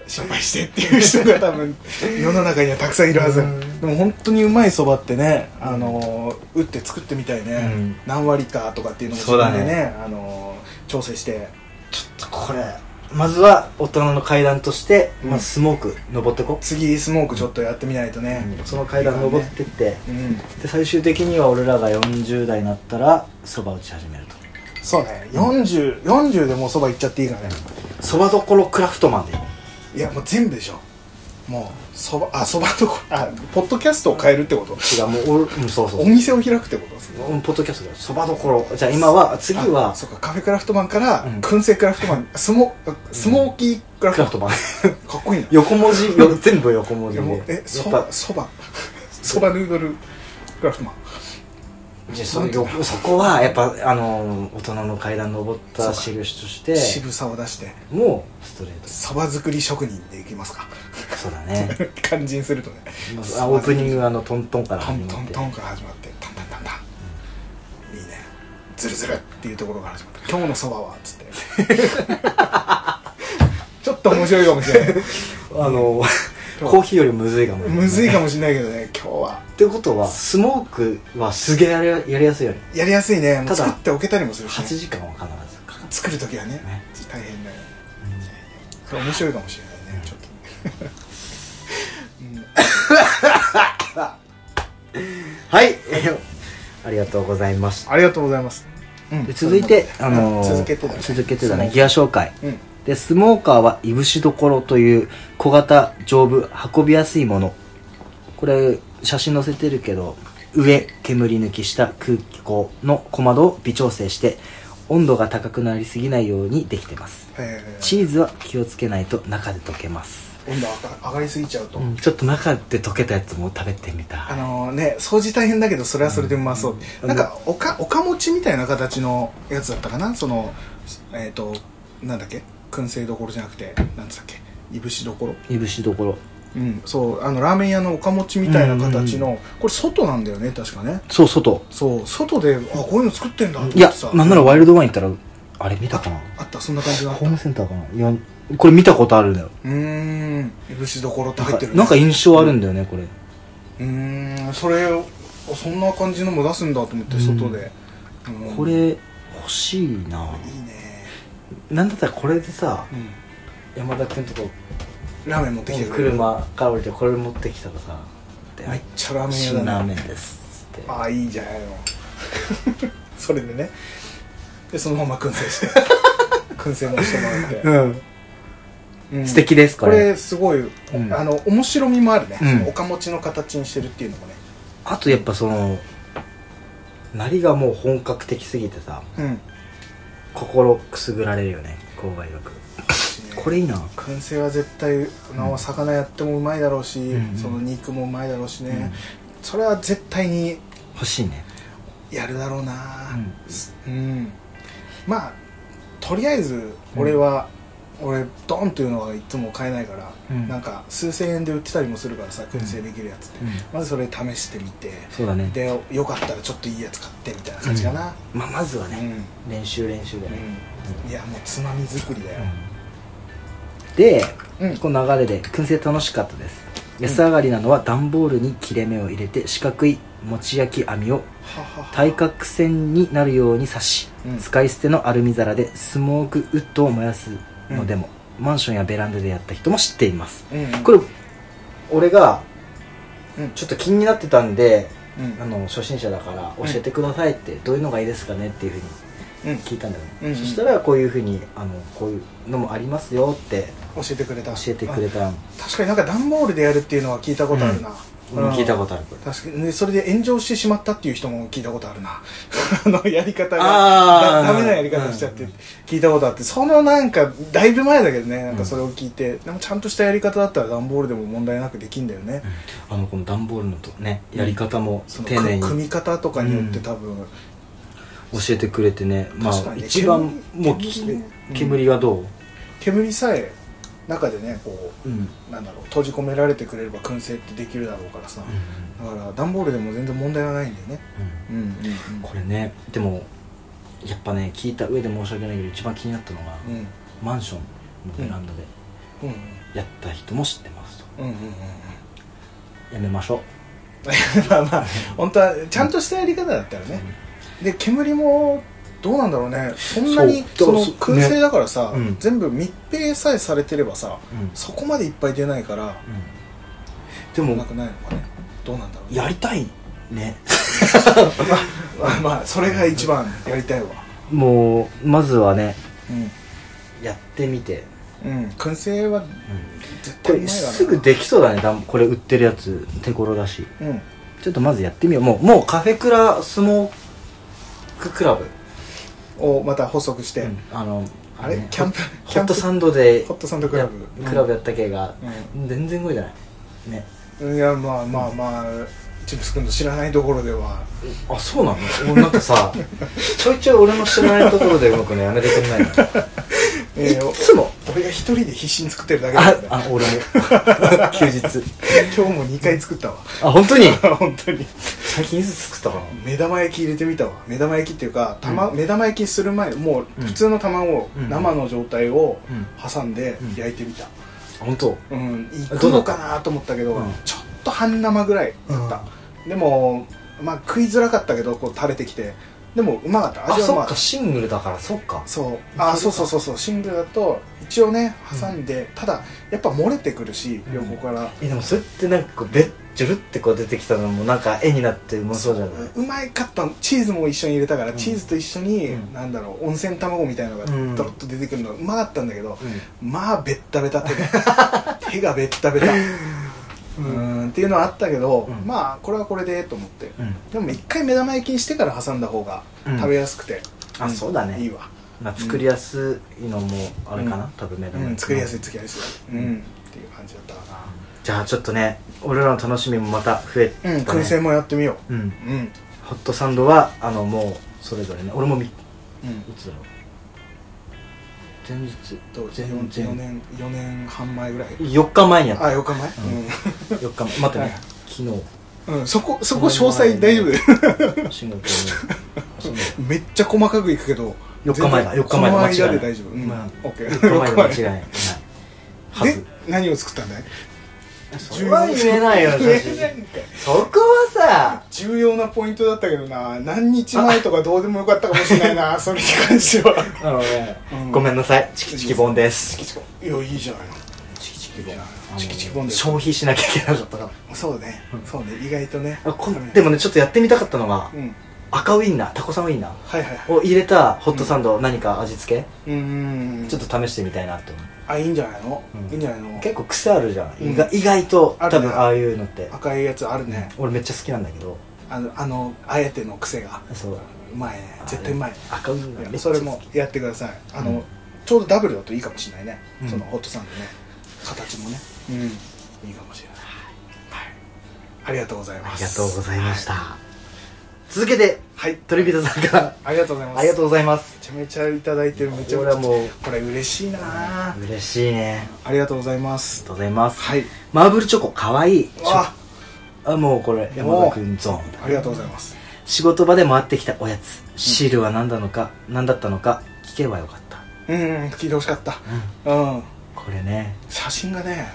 Speaker 1: 失敗してっていう人が多分世の中にはたくさんいるはず、
Speaker 2: うん
Speaker 1: でも本当にうまいそばってね、あのー打って作ってみたいね、
Speaker 2: うん
Speaker 1: 何割かとかっていうのも自
Speaker 2: そうだ
Speaker 1: 分
Speaker 2: ね
Speaker 1: でねあのー調整して
Speaker 2: ちょっとこれまずは大人の階段として、
Speaker 1: うん
Speaker 2: まあ、スモーク登ってこ、
Speaker 1: 次スモークちょっとやってみないとね、
Speaker 2: その階段登ってって、
Speaker 1: うん
Speaker 2: で最終的には俺らが40代になったらそば打ち始めると
Speaker 1: そうね4040 40でもうそば行っちゃっていいからね
Speaker 2: そばどころクラフトマンで
Speaker 1: いやもう全部でしょもうそばあそばとこあポッドキャストを変えるってこと
Speaker 2: 違うもう俺、うん、そうそう
Speaker 1: お店を開くってことですね
Speaker 2: うんポッドキャストだよそばどころじゃあ今は次
Speaker 1: あ
Speaker 2: は
Speaker 1: そうかカフェクラフトマンから、
Speaker 2: うん
Speaker 1: 燻製クラフトマンスモスモーキークラフ
Speaker 2: ク
Speaker 1: ト
Speaker 2: ラ
Speaker 1: マ
Speaker 2: フトマン
Speaker 1: ンかっこいいな
Speaker 2: 横文字 [laughs] よ全部横文字
Speaker 1: で
Speaker 2: で
Speaker 1: もえ
Speaker 2: やっ
Speaker 1: そ
Speaker 2: ぱ
Speaker 1: ばそばそばヌードルクラフトマン
Speaker 2: じゃあそのよそこはやっぱあのー大人の階段登った印として
Speaker 1: 渋さを出して
Speaker 2: もうストレート
Speaker 1: そば作り職人でいきますか [laughs]
Speaker 2: そうだね
Speaker 1: 肝心するとね
Speaker 2: まず
Speaker 1: [laughs] そば
Speaker 2: あオープニングはあのトントンから
Speaker 1: ト
Speaker 2: 始
Speaker 1: ント
Speaker 2: まっ
Speaker 1: ン
Speaker 2: て
Speaker 1: トンから始まってタンタンタンタンいいねズルズルっていうところから始まって今日のそばはっつ
Speaker 2: [laughs]
Speaker 1: ってちょっと面白いかもしれない
Speaker 2: あ
Speaker 1: [laughs]
Speaker 2: のーコーヒーよりむずいかもね
Speaker 1: むずいかもしれないけどね今日は
Speaker 2: ってことはスモークはすげえやりやりやすいよね
Speaker 1: やりやすいねも
Speaker 2: た
Speaker 1: う
Speaker 2: だ
Speaker 1: 作っておけたりもするし、
Speaker 2: 8
Speaker 1: ね、
Speaker 2: 時間は必ずかかる
Speaker 1: 作る時はね
Speaker 2: ね
Speaker 1: 大変だよそれ面白いかもしれないねちょっとね
Speaker 2: はい [laughs] えーありがとうございまし
Speaker 1: うん、ありがとうございます、うん
Speaker 2: た続いてあのー
Speaker 1: 続けてだね
Speaker 2: 続けてだねギア紹介
Speaker 1: うん
Speaker 2: でスモーカーはいぶしどころという小型丈夫運びやすいものこれ写真載せてるけど上煙抜きした空気口の小窓を微調整して温度が高くなりすぎないようにできてます
Speaker 1: えー
Speaker 2: チーズは気をつけないと中で溶けます、
Speaker 1: 温度上が上がりすぎちゃうと、
Speaker 2: うんちょっと中で溶けたやつも食べてみ
Speaker 1: あ
Speaker 2: た
Speaker 1: のね掃除大変だけどそれはそれでうまそう、
Speaker 2: うん
Speaker 1: なんかおかおかもちみたいな形のやつだったかなそのえっ、となんだっけ燻製どころじゃなくてなんつったっけいぶしどころ
Speaker 2: いぶしどころ
Speaker 1: うんそうあのラーメン屋のおかもちみたいな形の、これ外なんだよね確かね
Speaker 2: そう外
Speaker 1: そう外であこういうの作ってんだと思っ
Speaker 2: いや
Speaker 1: てさ
Speaker 2: なんならワイルドワイン行ったらあれ見たかな
Speaker 1: あったそんな感じがあった
Speaker 2: ホ
Speaker 1: う
Speaker 2: ームセンターかないやこれ見たことあるんだよ
Speaker 1: ーんいぶしどころって
Speaker 2: なん
Speaker 1: 入っ
Speaker 2: か
Speaker 1: てるね
Speaker 2: なんか印象あるんだよねこれ
Speaker 1: うーんそれあそんな感じのも出すんだと思って外で、うん
Speaker 2: こ
Speaker 1: いい
Speaker 2: れ欲しいな
Speaker 1: ね、
Speaker 2: なんだったらこれでさ
Speaker 1: うん、
Speaker 2: 山田君とこ
Speaker 1: ラーメン持ってきてくれる
Speaker 2: 車から降りてこれ持ってきたらさで
Speaker 1: めっちゃラ
Speaker 2: 美味し
Speaker 1: ー
Speaker 2: い
Speaker 1: メン屋
Speaker 2: ラ
Speaker 1: だ
Speaker 2: ー
Speaker 1: ね
Speaker 2: メンです」っつって
Speaker 1: ああいいじゃないの [laughs] それでねでそのまま燻製して
Speaker 2: [laughs]
Speaker 1: 燻製もしてもらって、
Speaker 2: うん
Speaker 1: うん
Speaker 2: 素敵です
Speaker 1: こ
Speaker 2: こ
Speaker 1: れ
Speaker 2: れ
Speaker 1: すごい、
Speaker 2: うん
Speaker 1: あの面白みもあるね、
Speaker 2: うん
Speaker 1: その岡持ちの形にしてるっていうのもね
Speaker 2: あとやっぱそのなりがもう本格的すぎてさ
Speaker 1: うん
Speaker 2: 心くすぐられるよね購買力これいいな
Speaker 1: 燻製は絶対あの魚やってもうまいだろうし、
Speaker 2: うん
Speaker 1: その肉もうまいだろうしね、
Speaker 2: うん
Speaker 1: それは絶対に
Speaker 2: 欲しいね
Speaker 1: やるだろうな
Speaker 2: うん
Speaker 1: うん、まあとりあえず俺は、俺ドンというのはいつも買えないから、
Speaker 2: うん
Speaker 1: なんか数千円で売ってたりもするからさ燻製できるやつって、
Speaker 2: うん
Speaker 1: まずそれ試してみて
Speaker 2: そうだね
Speaker 1: でよかったらちょっといいやつ買ってみたいな感じかな
Speaker 2: まあまずは
Speaker 1: うん、
Speaker 2: ね練習練習だよね
Speaker 1: うんいやもうつまみ作りだよ、
Speaker 2: で、
Speaker 1: うん
Speaker 2: この流れで燻製楽しかったです安上がりなのは段ボールに切れ目を入れて四角い餅焼き網を
Speaker 1: ははは
Speaker 2: 対角線になるように刺し、
Speaker 1: うん
Speaker 2: 使い捨てのアルミ皿でスモークウッドを燃やすのでも、マンションやベランダでやった人も知っています
Speaker 1: うんうん
Speaker 2: これ俺が
Speaker 1: うん
Speaker 2: ちょっと気になってたんで
Speaker 1: うん
Speaker 2: あの初心者だから教えてくださいって、どういうのがいいですかねっていうふうに
Speaker 1: うん
Speaker 2: 聞いたんだよね、
Speaker 1: うんうん
Speaker 2: そしたらこういうふうにあのこういうのもありますよって
Speaker 1: 教えてくれた
Speaker 2: 教えてくれ
Speaker 1: あ
Speaker 2: た
Speaker 1: 確かになんか段ボールでやるっていうのは聞いたことあるな、うん
Speaker 2: 聞いたことあるこれ
Speaker 1: 確かにでそれで炎上してしまったっていう人も聞いたことあるな [laughs] あのやり方
Speaker 2: あ
Speaker 1: が
Speaker 2: ー
Speaker 1: だダメなやり方しちゃっ
Speaker 2: う
Speaker 1: て
Speaker 2: ん
Speaker 1: 聞いたことあってそのなんかだいぶ前だけどねなんかそれを聞いて、でもちゃんとしたやり方だったら段ボールでも問題なくできんだよね、
Speaker 2: あのこの段ボールのとねやり方も
Speaker 1: その
Speaker 2: 丁寧に
Speaker 1: 組み方とかによって多分、
Speaker 2: 教えてくれてねま
Speaker 1: 確か
Speaker 2: あ
Speaker 1: にね
Speaker 2: 一番もう
Speaker 1: 煙
Speaker 2: き
Speaker 1: ね
Speaker 2: 煙はどう
Speaker 1: 煙さえ中でねこ
Speaker 2: うん
Speaker 1: うなんだろう閉じ込められてくれれば燻製ってできるだろうからさ、だから段ボールでも全然問題はないんだよねうんうんうん
Speaker 2: これねでもやっぱね聞いた上で申し訳ないけど一番気になったのが
Speaker 1: うん
Speaker 2: マンションのベランダで
Speaker 1: うん
Speaker 2: やった人も知ってますと
Speaker 1: うんうんうん
Speaker 2: やめましょ
Speaker 1: うん [laughs] まあまあ本当はちゃんとしたやり方だったらね、で煙もどうなんだろうねそんなにそ
Speaker 2: そう
Speaker 1: の
Speaker 2: そう
Speaker 1: 燻製だからさ、
Speaker 2: ねうん
Speaker 1: 全部密閉さえされてればさ
Speaker 2: う、うん
Speaker 1: そこまでいっぱい出ないから
Speaker 2: で
Speaker 1: うま
Speaker 2: も
Speaker 1: くないのかねどうなんだろうね
Speaker 2: やりたいね
Speaker 1: まあまあそれが一番やりたいわ
Speaker 2: もうまずはね
Speaker 1: う
Speaker 2: やってみて
Speaker 1: ん、うん、燻製は絶
Speaker 2: こ
Speaker 1: 対うまいわ
Speaker 2: れ
Speaker 1: な
Speaker 2: すぐできそうだねだんこれ売ってるやつ手頃だし
Speaker 1: うん
Speaker 2: ちょっとまずやってみようもうもうカフェクラスモーククラブ、
Speaker 1: をまた補足して、
Speaker 2: あの
Speaker 1: あれ
Speaker 2: ね
Speaker 1: キャンプ
Speaker 2: ホ
Speaker 1: キャ
Speaker 2: ホッ
Speaker 1: ンプ
Speaker 2: トサンドで
Speaker 1: ホットサンドクラブ
Speaker 2: やクラブやった系が、全然動いてないね
Speaker 1: うんいやまあまあまあチップス君の知らないところでは
Speaker 2: あそうなの俺なんかさ [laughs] ちょいちょい俺の知らないところで動くのやめてくんないの
Speaker 1: えー
Speaker 2: いっつも
Speaker 1: 俺が一人で必死に作ってるだけ
Speaker 2: あ
Speaker 1: なんだよ
Speaker 2: あ俺も [laughs] 休日
Speaker 1: 今日も2回作ったわ [laughs]
Speaker 2: あ本当に
Speaker 1: 本当に
Speaker 2: 最近いつ作ったかな
Speaker 1: 目玉焼き入れてみたわ目玉焼きっていうか、玉目玉焼きする前もう普通の卵、
Speaker 2: うん
Speaker 1: 生の状態を
Speaker 2: うん
Speaker 1: 挟んで
Speaker 2: うん
Speaker 1: 焼いてみた、
Speaker 2: 本当
Speaker 1: うん、い
Speaker 2: ど
Speaker 1: く
Speaker 2: うだ
Speaker 1: の
Speaker 2: った
Speaker 1: かなと思ったけど、
Speaker 2: うん
Speaker 1: ちょっと半生ぐらいだった、でも、まあ、食いづらかったけどこう垂れてきてでもうまかった
Speaker 2: あ
Speaker 1: 味はう
Speaker 2: そ
Speaker 1: ま
Speaker 2: っかシングルだからそっか
Speaker 1: そうあそうそうそうそうシングルだと一応ね挟んで、ただやっぱ漏れてくるし
Speaker 2: うん
Speaker 1: 横から、
Speaker 2: えでもそれってなんかこうべっちょるってこう出てきたのもなんか絵になってうまそうじゃないう
Speaker 1: まいかったチーズも一緒に入れたから、
Speaker 2: うん
Speaker 1: チーズと一緒に、
Speaker 2: うん
Speaker 1: なんだろう温泉卵みたいのが
Speaker 2: うん
Speaker 1: ドロッと出てくるのがうまかったんだけど、
Speaker 2: うん
Speaker 1: まあベッタベタ
Speaker 2: [laughs]
Speaker 1: 手が手がベッタベタうーんっていうのはあったけど、
Speaker 2: うん
Speaker 1: まあこれはこれでと思って、
Speaker 2: うん
Speaker 1: でも一回目玉焼きにしてから挟んだ方が
Speaker 2: うん
Speaker 1: 食べやすくて、
Speaker 2: あ
Speaker 1: ん
Speaker 2: そうだね
Speaker 1: いいわ、
Speaker 2: まあ作りやすいのもあれかな、
Speaker 1: うん
Speaker 2: 多分目
Speaker 1: う
Speaker 2: 玉
Speaker 1: ん、作りやすい
Speaker 2: い
Speaker 1: 作りやすい、うんっていう感じだったか
Speaker 2: じゃあちょっとね俺らの楽しみもまた増えた、
Speaker 1: なう
Speaker 2: ね
Speaker 1: ん燻製もやってみよ
Speaker 2: うん
Speaker 1: ううん
Speaker 2: ホットサンドはあのもうそれぞれね俺もみい
Speaker 1: うん
Speaker 2: つだろう前日
Speaker 1: どう
Speaker 2: 前
Speaker 1: 4
Speaker 2: 前
Speaker 1: 年4年半前ぐらい
Speaker 2: 4日前にやった
Speaker 1: あ4日前
Speaker 2: 4日前待って
Speaker 1: はい
Speaker 2: ね昨日
Speaker 1: うん、うん、そこそこ詳細大丈夫 [laughs]
Speaker 2: 信号灯に
Speaker 1: めっちゃ細かくいくけど
Speaker 2: 4日前だ
Speaker 1: 全
Speaker 2: 4
Speaker 1: 部
Speaker 2: 日前だ
Speaker 1: この
Speaker 2: 間違い
Speaker 1: 間
Speaker 2: ない
Speaker 1: で大丈夫うん
Speaker 2: まあ
Speaker 1: OK [laughs]
Speaker 2: 4日前だ間違い
Speaker 1: で
Speaker 2: ないはず
Speaker 1: 何を作ったんだい
Speaker 2: それは言えないよ
Speaker 1: 言え
Speaker 2: 私
Speaker 1: ないんかい
Speaker 2: そこはさ
Speaker 1: 重要なポイントだったけどな何日前とかどうでもよかったかもしれないなそれに関しては
Speaker 2: あのね、
Speaker 1: うん
Speaker 2: ごめんなさいチキチキボンで
Speaker 1: チ
Speaker 2: す
Speaker 1: キチキいやいいじゃないの
Speaker 2: チキチ
Speaker 1: いいじゃないのチキチキボ
Speaker 2: ボ
Speaker 1: ン
Speaker 2: ン
Speaker 1: で
Speaker 2: 消費しなきゃいけなかったか
Speaker 1: そうねそうね意外とね
Speaker 2: らこでもねちょっとやってみたかったのが、
Speaker 1: うん
Speaker 2: 赤ウインナータコさんウインナ
Speaker 1: はいはいは
Speaker 2: ーを入れたホットサンド、何か味付け、
Speaker 1: いうん
Speaker 2: ちょっと試してみたいなって思う
Speaker 1: あいいんじゃないの
Speaker 2: うん
Speaker 1: いいんじゃないの
Speaker 2: 結構癖あるじゃん、
Speaker 1: うん
Speaker 2: 意外意外と
Speaker 1: あ
Speaker 2: 多
Speaker 1: るね
Speaker 2: 分ああいうのって
Speaker 1: 赤いやつあるね
Speaker 2: 俺めっちゃ好きなんだけど
Speaker 1: あのあのあえての癖が
Speaker 2: そう
Speaker 1: うまいね絶対うまい
Speaker 2: 赤ウインナーめっちゃ
Speaker 1: それもやってくださいあの、
Speaker 2: うん
Speaker 1: ちょうどダブルだといいかもしれないね、
Speaker 2: うん
Speaker 1: そのホットサンドね形もねうんいいかもしれない、はい、ありがとうござい
Speaker 2: あ
Speaker 1: ま
Speaker 2: り
Speaker 1: す
Speaker 2: がとうございました、続けて
Speaker 1: はい
Speaker 2: トリビタさんから
Speaker 1: ありがとうございます
Speaker 2: ありがとうございます
Speaker 1: めちゃめちゃいただいてるめちゃ
Speaker 2: こ
Speaker 1: めち
Speaker 2: れ
Speaker 1: ゃ
Speaker 2: はもう
Speaker 1: これ嬉しいなあ
Speaker 2: 嬉しいね
Speaker 1: ありがとうございま
Speaker 2: あり
Speaker 1: す
Speaker 2: がとうございます、
Speaker 1: はい
Speaker 2: マーブルチョコかわいい
Speaker 1: わ
Speaker 2: あもうこれ山田君ゾーン
Speaker 1: あありがとうございます
Speaker 2: 仕事場で回ってきたおやつシールは何なのか、何だったのか聞けばよかった、
Speaker 1: うん聞いてほしかったうん
Speaker 2: これね、
Speaker 1: 写真がね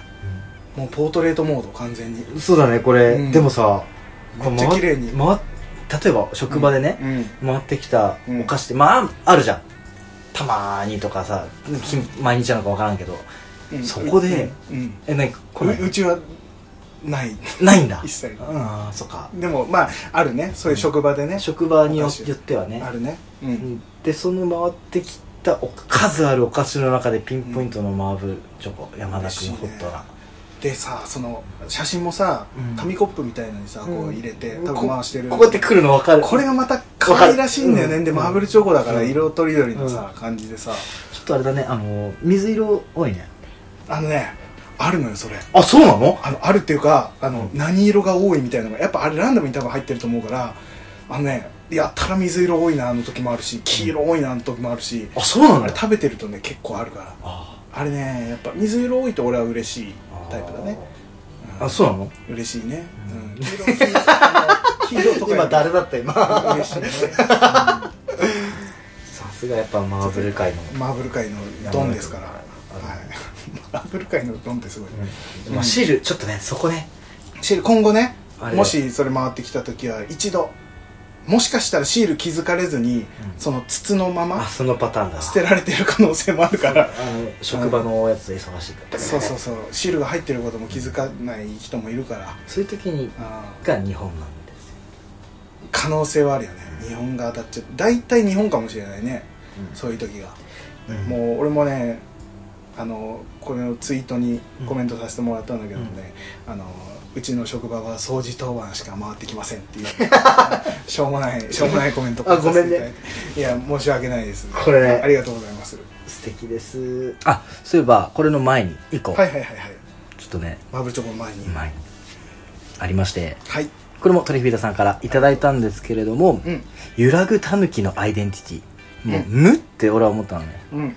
Speaker 1: もうポートレートモード完全に
Speaker 2: そうだねこれ、
Speaker 1: うん
Speaker 2: でもさこれ
Speaker 1: めっちゃ
Speaker 2: 回っ
Speaker 1: 綺麗に
Speaker 2: 回っ例えば職場でね、
Speaker 1: うん
Speaker 2: 回ってきた
Speaker 1: うん
Speaker 2: お菓子って、まああるじゃんたまーにとかさき毎日なのか分からんけど
Speaker 1: うん
Speaker 2: そこで
Speaker 1: うん
Speaker 2: えなんかこれ
Speaker 1: ううちはない
Speaker 2: ないんだ
Speaker 1: 一切
Speaker 2: ああそっか
Speaker 1: でもまああるねそういう職場でね、
Speaker 2: 職場によ
Speaker 1: お菓子
Speaker 2: よってはね
Speaker 1: あるねうん、
Speaker 2: うんでその回ってきたお数あるお菓子の中でピンポイントのマーブルチョコ、山田君ホットな、
Speaker 1: でさその写真もさ、
Speaker 2: うん
Speaker 1: 紙コップみたいのにさこう入れて、多分回してる
Speaker 2: こここうやって来るの分かる
Speaker 1: これがまた可愛らしいんだよね、
Speaker 2: わかる
Speaker 1: で
Speaker 2: うん
Speaker 1: マーブルチョコだから
Speaker 2: うん
Speaker 1: 色とりどりのさ、感じでさ
Speaker 2: ちょっとあれだねあの水色多いね
Speaker 1: あのねあるのよそれ
Speaker 2: あそうなの
Speaker 1: あのあるっていうかあの、何色が多いみたいなのがやっぱあれランダムに多分入ってると思うからあのねやったら水色多いなあの時もあるし黄色多いなあの時もあるし、
Speaker 2: あそうなん
Speaker 1: あれ
Speaker 2: だ
Speaker 1: 食べてるとね結構あるから
Speaker 2: あ
Speaker 1: あれねやっぱ水色多いと俺は嬉しいタイプだね
Speaker 2: あそうなの
Speaker 1: 嬉しいね、う
Speaker 2: うん
Speaker 1: ん、黄色黄色あの黄色とか
Speaker 2: 今誰だった今
Speaker 1: 嬉しいね、
Speaker 2: さすがやっぱマーブル界の
Speaker 1: うんマーブル界のドンですから、はいマーブル界のドンってすごいね、
Speaker 2: まあ、シールちょっとねそこね
Speaker 1: シール今後ね
Speaker 2: あれ
Speaker 1: もしそれ回ってきた時は一度もしかしたらシール気づかれずに、その筒のま
Speaker 2: あ
Speaker 1: ま
Speaker 2: そのパターンだ
Speaker 1: 捨てられてる可能性もあるから
Speaker 2: あの職場のおやつで忙しいから
Speaker 1: そうそうそうシールが入ってることも気づかない人もいるから
Speaker 2: そういう時に
Speaker 1: あー
Speaker 2: が日本なんですよ、
Speaker 1: 可能性はあるよね日本が当たっちゃう大体日本かもしれないねそういう時が、
Speaker 2: うん
Speaker 1: もう俺もねあのこれをツイートにコメントさせてもらったんだけどね、あのうちの職場は掃除当番しか回ってきませんっ
Speaker 2: [laughs]
Speaker 1: ていうしょうもないしょうもないコメント
Speaker 2: あごめ
Speaker 1: させて
Speaker 2: んね
Speaker 1: いただいていや申し訳ないです
Speaker 2: これね
Speaker 1: ありがとうございます
Speaker 2: 素敵ですあそういえばこれの前に一個、
Speaker 1: はいはいはいはい
Speaker 2: ちょっとね
Speaker 1: マーブルチョコの前に、
Speaker 2: 前にありまして
Speaker 1: はい
Speaker 2: これもトリフィーダさんからいただいたんですけれども
Speaker 1: うん
Speaker 2: 「揺らぐタヌキのアイデンティティ」もう「
Speaker 1: うん
Speaker 2: 無」って俺は思ったのね
Speaker 1: うん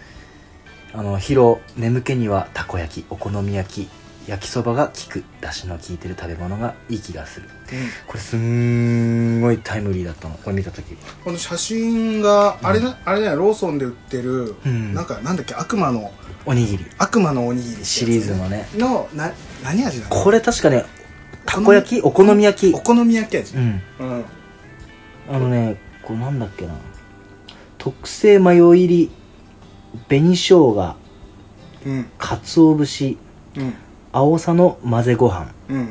Speaker 2: あの疲労眠気にはたこ焼きお好み焼き焼きそばが効くだしの効いてる食べ物がいい気がするこれすんごいタイムリーだったのこれ見た時
Speaker 1: この写真があれだ、あれだよローソンで売ってる、
Speaker 2: うん
Speaker 1: なんかなんだっけ悪魔の
Speaker 2: おにぎり
Speaker 1: 悪魔のおにぎりってやつ
Speaker 2: シリーズのね
Speaker 1: のな何味なの
Speaker 2: これ確かねたこ焼きお好み焼き
Speaker 1: お好み焼き味
Speaker 2: うん
Speaker 1: うん
Speaker 2: あのねこれなんだっけな特製マヨ入り紅生姜
Speaker 1: うん
Speaker 2: 鰹節
Speaker 1: うん
Speaker 2: 青さの混ぜご飯
Speaker 1: うんうん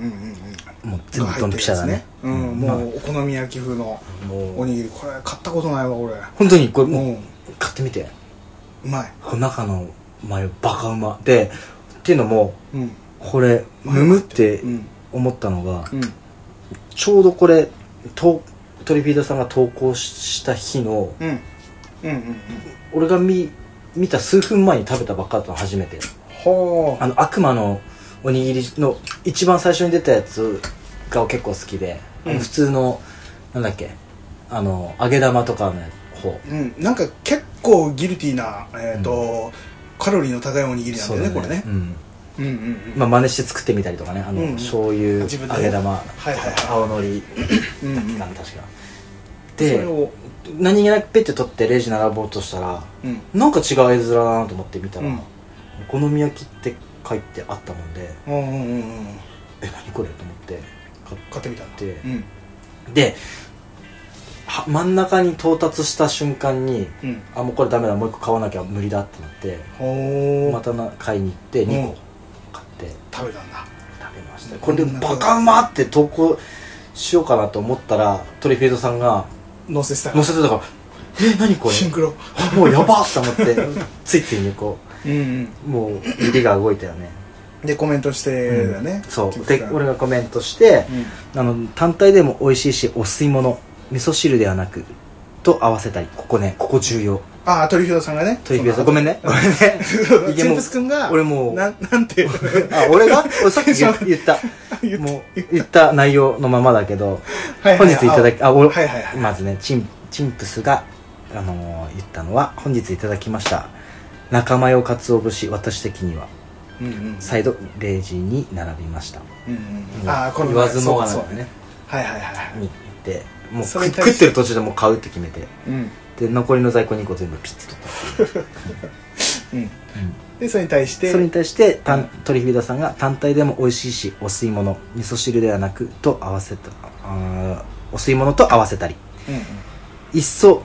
Speaker 1: うん
Speaker 2: もう全部ドンピシャだね
Speaker 1: うんうん
Speaker 2: まあ
Speaker 1: もうお好み焼き風の
Speaker 2: も
Speaker 1: お
Speaker 2: う
Speaker 1: にぎりこれ買ったことないわ俺
Speaker 2: 本当にこれもう
Speaker 1: も
Speaker 2: 買ってみて
Speaker 1: ううまい
Speaker 2: 中のマヨバカうまでっていうのも
Speaker 1: うん
Speaker 2: これむむって
Speaker 1: うん
Speaker 2: 思ったのが
Speaker 1: うん
Speaker 2: ちょうどこれとトリフィードさんが投稿した日の
Speaker 1: うんうんうん
Speaker 2: 俺が見見た数分前に食べたばっかだったの初めて
Speaker 1: ほ
Speaker 2: あの悪魔のおにぎりの一番最初に出たやつが結構好きで、あの
Speaker 1: うん
Speaker 2: 普通のなんだっけあの揚げ玉とかの方
Speaker 1: ううんなんか結構ギルティーなえっとカロリーの高いおにぎりなんだよねこれね
Speaker 2: うん
Speaker 1: うんうんうん
Speaker 2: まあ真似して作ってみたりとかねあの、
Speaker 1: うんうん
Speaker 2: 醤油
Speaker 1: 自分でね
Speaker 2: 揚げ玉、
Speaker 1: はいはいはい
Speaker 2: 青のり
Speaker 1: うんう
Speaker 2: だっ
Speaker 1: ん
Speaker 2: けかな確か、
Speaker 1: それ
Speaker 2: で
Speaker 1: を
Speaker 2: 何気なくペッて取ってレジ並ぼうとしたら
Speaker 1: うん
Speaker 2: なんか違う絵面だなと思って見たら、
Speaker 1: うん
Speaker 2: お好み焼きって書いてあったもんで
Speaker 1: うんうんうんうん
Speaker 2: え何これと思って買っ
Speaker 1: 買ってみたんだ
Speaker 2: て
Speaker 1: うん
Speaker 2: では真ん中に到達した瞬間に
Speaker 1: うん
Speaker 2: あもうこれダメだもう一個買わなきゃ無理だってなって
Speaker 1: ほー、
Speaker 2: またな買いに行って
Speaker 1: うん
Speaker 2: 2個買って
Speaker 1: 食べたんだ
Speaker 2: 食べまし
Speaker 1: う
Speaker 2: た
Speaker 1: ん
Speaker 2: これでバカうまって投稿しようかなと思ったらトリフィードさんが
Speaker 1: 乗せてたか
Speaker 2: 載
Speaker 1: ら
Speaker 2: せてたから「え何これ
Speaker 1: シンクロ
Speaker 2: あもうやばっ!」と思ってついついにこ
Speaker 1: うんうん
Speaker 2: うもう指が動いたよね
Speaker 1: でコメントしてだね、
Speaker 2: そう
Speaker 1: で
Speaker 2: で俺がコメントして、あの単体でも美味しいしお吸い物味噌汁ではなくと合わせたりここねここ重要
Speaker 1: ああトリフィードさんがね
Speaker 2: トリビアさんごめんねごめん
Speaker 1: [laughs]
Speaker 2: ね
Speaker 1: そう
Speaker 2: いや
Speaker 1: チ
Speaker 2: も
Speaker 1: ン
Speaker 2: う
Speaker 1: プス君が
Speaker 2: 俺もう
Speaker 1: ななん
Speaker 2: [laughs]
Speaker 1: て
Speaker 2: あ俺が俺さっき言
Speaker 1: [laughs]
Speaker 2: 言った
Speaker 1: 言った
Speaker 2: もう言った内容のままだけど
Speaker 1: はいは
Speaker 2: 本
Speaker 1: い
Speaker 2: 日いただきあ俺、
Speaker 1: はいはいはい
Speaker 2: まずねチンチンプスが、あのー言ったのは本日いただきました仲間よかつお節私的には
Speaker 1: うんうん
Speaker 2: 再度0時に並びました
Speaker 1: うんうんああこの
Speaker 2: 言わずもがな
Speaker 1: そう
Speaker 2: で
Speaker 1: そう
Speaker 2: ね
Speaker 1: はいはいはいはい
Speaker 2: に行ってもう
Speaker 1: それ
Speaker 2: 食
Speaker 1: に対して
Speaker 2: 食ってる途中でもう買うって決めて
Speaker 1: うん
Speaker 2: で残りの在庫2個全部ピッて取った
Speaker 1: うんでそれに対して
Speaker 2: それに対して単トリフィーダさんが単体でも美味しいしお吸い物味噌汁ではなくと合わせたあーお吸い物と合わせたり
Speaker 1: うんうん
Speaker 2: いっそ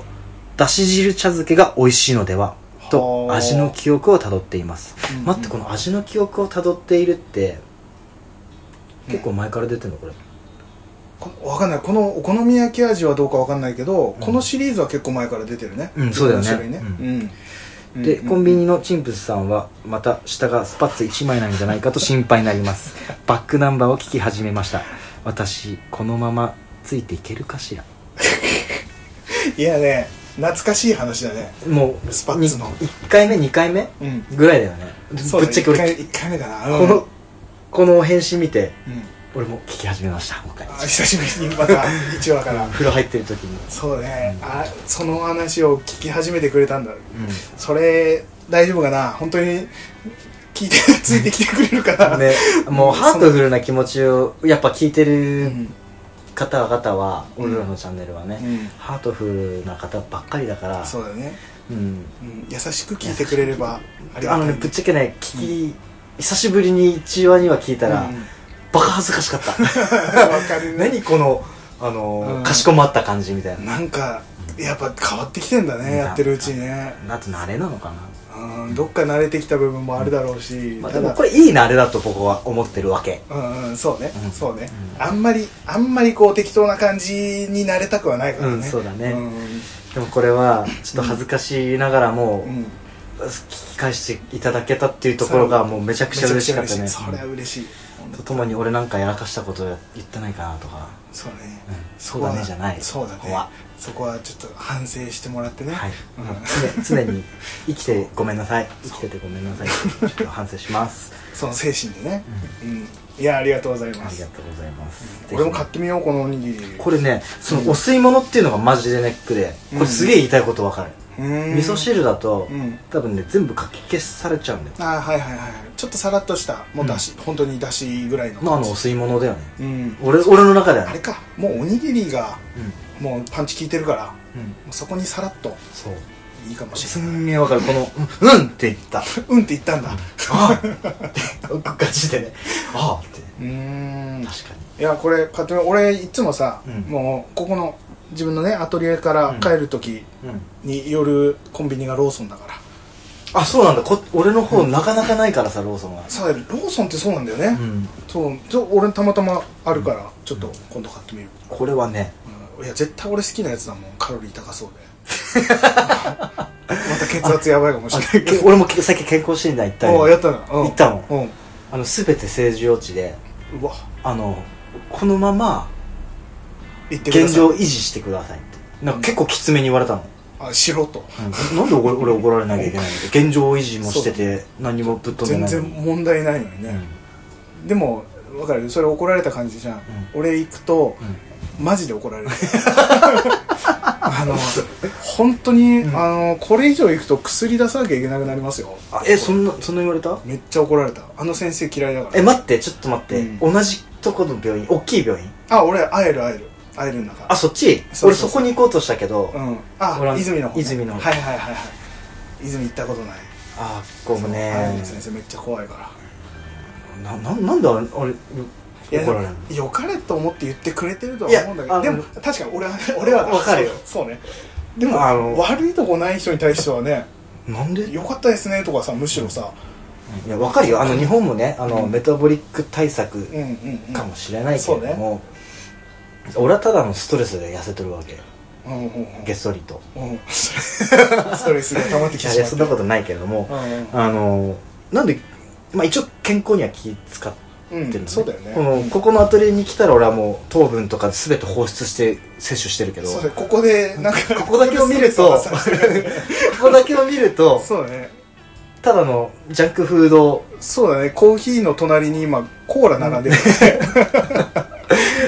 Speaker 2: だし汁茶漬けが美味しいのではと
Speaker 1: はあ
Speaker 2: 味の記憶をたどっています、
Speaker 1: うんうん
Speaker 2: 待ってこの味の記憶をたどっているって結構前から出てんのこれ
Speaker 1: こわかんないこのお好み焼き味はどうかわかんないけど、
Speaker 2: うん
Speaker 1: このシリーズは結構前から出てるね、
Speaker 2: うんそうだよね
Speaker 1: この種類ね
Speaker 2: う
Speaker 1: うん
Speaker 2: で
Speaker 1: うん
Speaker 2: コンビニのチンプスさんはまた下がスパッツ1枚なんじゃないかと心配になります
Speaker 1: [laughs]
Speaker 2: バックナンバーを聞き始めました私このままついていけるかしら
Speaker 1: いやね懐かしい話だね
Speaker 2: もう
Speaker 1: スパッツの
Speaker 2: 1回目2回目
Speaker 1: うん
Speaker 2: ぐらいだよね
Speaker 1: そう
Speaker 2: ぶ
Speaker 1: だ
Speaker 2: っちゃけ俺
Speaker 1: 1回一回目だな
Speaker 2: この、この返信見て
Speaker 1: うん、
Speaker 2: 俺も聞き始めましたもう一回
Speaker 1: あ久しぶりにまた1話から
Speaker 2: 風呂入ってる時に
Speaker 1: そうねあその話を聞き始めてくれたんだ
Speaker 2: う
Speaker 1: それ大丈夫かな本当に聞いてついてきてくれるか
Speaker 2: [laughs]
Speaker 1: な、
Speaker 2: んでもうハートフルな気持ちをやっぱ聞いて
Speaker 1: う
Speaker 2: る
Speaker 1: ん
Speaker 2: 方々は
Speaker 1: うん
Speaker 2: 俺らのチャンネルは
Speaker 1: う
Speaker 2: ね
Speaker 1: ん
Speaker 2: ハートフルな方ばっかりだから
Speaker 1: そうだね、
Speaker 2: うん
Speaker 1: うん、優しく聞いてくれればありが
Speaker 2: あ
Speaker 1: たい
Speaker 2: のねぶっちゃけね聞き久しぶりに1話には聞いた
Speaker 1: うん
Speaker 2: らバカ恥ずかしかった
Speaker 1: [laughs] わかるね
Speaker 2: 何このあ
Speaker 1: う
Speaker 2: の
Speaker 1: ん
Speaker 2: かしこまった感じみたいな
Speaker 1: なんかやっぱ変わってきてんだ
Speaker 2: うん
Speaker 1: ねやってるうちにね
Speaker 2: あと慣れなのかな
Speaker 1: うんどっか慣れてきた部分もあるだろうし、
Speaker 2: まあ、で
Speaker 1: た
Speaker 2: も
Speaker 1: だ
Speaker 2: これいいなあれだと僕は思ってるわけ
Speaker 1: うんうんそうね、
Speaker 2: うん
Speaker 1: そうね、
Speaker 2: うん
Speaker 1: あんまりあんまりこう適当な感じになれたくはないからね、
Speaker 2: うんそうだね
Speaker 1: うん
Speaker 2: でもこれはちょっと恥ずかしいながらも、
Speaker 1: うん
Speaker 2: 聞き返していただけたっていうところがもうめちゃくちゃ嬉しかったね
Speaker 1: めちゃくちゃ嬉しいそれは嬉しい
Speaker 2: とともに俺なんかやらかしたことや言ってないかなとか、
Speaker 1: そうね
Speaker 2: うん、そう
Speaker 1: こは
Speaker 2: だねじゃない
Speaker 1: そうだね
Speaker 2: ここは、
Speaker 1: そこはちょっと反省してもらってね、
Speaker 2: はい、
Speaker 1: うん
Speaker 2: 常常に生きてごめんなさい生きててごめんなさいちょっと反省します、
Speaker 1: その精神でね
Speaker 2: う、
Speaker 1: うん、いやありがとうござい
Speaker 2: んあ
Speaker 1: ま
Speaker 2: り
Speaker 1: す
Speaker 2: がとうございます、
Speaker 1: 俺も
Speaker 2: ぜ
Speaker 1: 買ってみようこのおにぎり
Speaker 2: ひこれねそのお吸い物っていうのがマジでネックでこれすげえ言いたいことわかる、
Speaker 1: うーん
Speaker 2: 味噌汁だと、
Speaker 1: うん
Speaker 2: 多分ね全部かき消されちゃうんだよ
Speaker 1: あーはいはいはいちょっとさらっとしたもうだし、本当にだしぐらいの
Speaker 2: まああのお吸い物だよね
Speaker 1: うん
Speaker 2: 俺俺の中では
Speaker 1: あれ
Speaker 2: ね
Speaker 1: かもうおにぎりが
Speaker 2: う
Speaker 1: もうパンチ効いてるからも
Speaker 2: んうん
Speaker 1: うそこにさらっと
Speaker 2: そう
Speaker 1: いいかもし
Speaker 2: す
Speaker 1: れない
Speaker 2: んげえわかるこの「うん」って言 [laughs] った
Speaker 1: うんって言ったんだ
Speaker 2: ああガチでねああって
Speaker 1: うーん
Speaker 2: 確かに
Speaker 1: いやこれ買ってみよう俺いつもさ、
Speaker 2: うん
Speaker 1: もうここの自分のねアトリエから帰る時
Speaker 2: うん
Speaker 1: に夜コンビニがローソンだから
Speaker 2: あそうなんだこ俺の方なかなかないからさローソンは
Speaker 1: さあローソンってそうなんだよね、
Speaker 2: うん
Speaker 1: そうちょ俺たまたまあるからちょっと今度買ってみる、
Speaker 2: これはね
Speaker 1: うんいや絶対俺好きなやつだもんカロリー高そうで
Speaker 2: [laughs]
Speaker 1: また血圧やばいかもし
Speaker 2: あ
Speaker 1: れないけ
Speaker 2: け俺もけさっき健康診断行った
Speaker 1: どお
Speaker 2: よ
Speaker 1: おやったな、うん、
Speaker 2: 行ったの
Speaker 1: うん
Speaker 2: あの全て正常値で
Speaker 1: うわ
Speaker 2: あのこのまま
Speaker 1: 行ってくだ
Speaker 2: 現
Speaker 1: さい
Speaker 2: 状維持してくださいってなんか結構きつめに言われたの
Speaker 1: あしろと
Speaker 2: なんで俺 [laughs] 俺怒られなきゃいけないの現状維持もしてて何もぶっ飛ん
Speaker 1: 全
Speaker 2: でないの
Speaker 1: 然
Speaker 2: に
Speaker 1: 問題ないのにね、でも分かるそれ怒られた感じじゃん、俺行くと、
Speaker 2: うん
Speaker 1: マジで怒
Speaker 2: [laughs]
Speaker 1: られるあの本当に、
Speaker 2: ん
Speaker 1: あのこれ以上行くと薬出さなきゃいけなくなりますよ
Speaker 2: あえそんなそんな言われた
Speaker 1: めっちゃ怒られたあの先生嫌いだから
Speaker 2: え待ってちょっと待って、
Speaker 1: う
Speaker 2: 同じとこの病院大きい病院
Speaker 1: あ俺会える会える会えるんだから
Speaker 2: あそっち
Speaker 1: そうそうそう
Speaker 2: 俺そこに行こうとしたけど、
Speaker 1: うん
Speaker 2: 俺
Speaker 1: あ
Speaker 2: は
Speaker 1: 泉の方、ね、
Speaker 2: 泉の方
Speaker 1: はいはいはいはい泉行ったことない
Speaker 2: あーごめん
Speaker 1: そう会える
Speaker 2: ね
Speaker 1: 先生めっちゃ怖いから
Speaker 2: なななんであれあれ
Speaker 1: いやで
Speaker 2: 怒ら
Speaker 1: も
Speaker 2: れるの
Speaker 1: 良かれと思って言ってくれてるとは思うんだけ
Speaker 2: いやあ
Speaker 1: ど
Speaker 2: の
Speaker 1: でも確かに俺はね俺は
Speaker 2: わかるよ
Speaker 1: そうねでも
Speaker 2: あの
Speaker 1: 悪いとこない人に対してはね
Speaker 2: なんで
Speaker 1: 良かったですねとかさむしろさ
Speaker 2: いやわかるよあの日本もねあの、
Speaker 1: うん
Speaker 2: メタボリック対
Speaker 1: う
Speaker 2: 策
Speaker 1: んうんうん
Speaker 2: かもしれないけれども、俺はただのストレスで痩せてるわけ
Speaker 1: うんうんうん
Speaker 2: げっそりと
Speaker 1: うん [laughs] ストレスが溜まってき
Speaker 2: い
Speaker 1: て
Speaker 2: や
Speaker 1: しま
Speaker 2: いや
Speaker 1: って
Speaker 2: そんなことないけれども、あのなんで、まあ、一応健康には気使って
Speaker 1: うんうん
Speaker 2: るの、
Speaker 1: そうだよね
Speaker 2: このここのアトリエに来たら俺はもう糖分とか全て放出して摂取してるけど
Speaker 1: そう
Speaker 2: こ
Speaker 1: だよここでなんか
Speaker 2: こだけを見
Speaker 1: [laughs]
Speaker 2: るとこ
Speaker 1: ストレス発散してる
Speaker 2: こだけを見ると
Speaker 1: そうだね
Speaker 2: ただのジャンクフード
Speaker 1: そうだねコーヒーの隣に今コーラ並んでる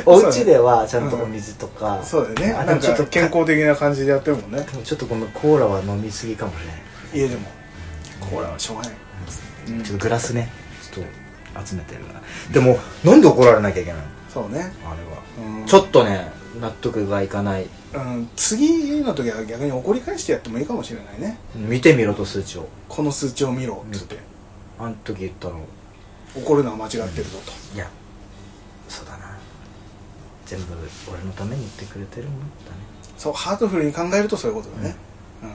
Speaker 2: お家ではちゃんとお水とか、
Speaker 1: そうだよね
Speaker 2: あ
Speaker 1: なん
Speaker 2: ちょっ
Speaker 1: か
Speaker 2: と
Speaker 1: 健康的な感じでやってるもんね
Speaker 2: でもちょっとこのコーラは飲みすぎかもしれな
Speaker 1: 家
Speaker 2: い、
Speaker 1: でもコーラはしょうがないうん
Speaker 2: ちょっとグラスねちょっと集めてるなでもなんで怒られなきゃいけないの
Speaker 1: そうね
Speaker 2: あれは
Speaker 1: うん
Speaker 2: ちょっとね納得がいかない
Speaker 1: うん次の時は逆に怒り返してやってもいいかもしれないね
Speaker 2: 見てみろと数値を
Speaker 1: この数値を見ろっつって
Speaker 2: あの時言ったの
Speaker 1: 怒るのは間違ってるぞと
Speaker 2: いやそうだな全部俺のために言ってくれてるもんだね
Speaker 1: そうハートフルに考えるとそういうことだねうん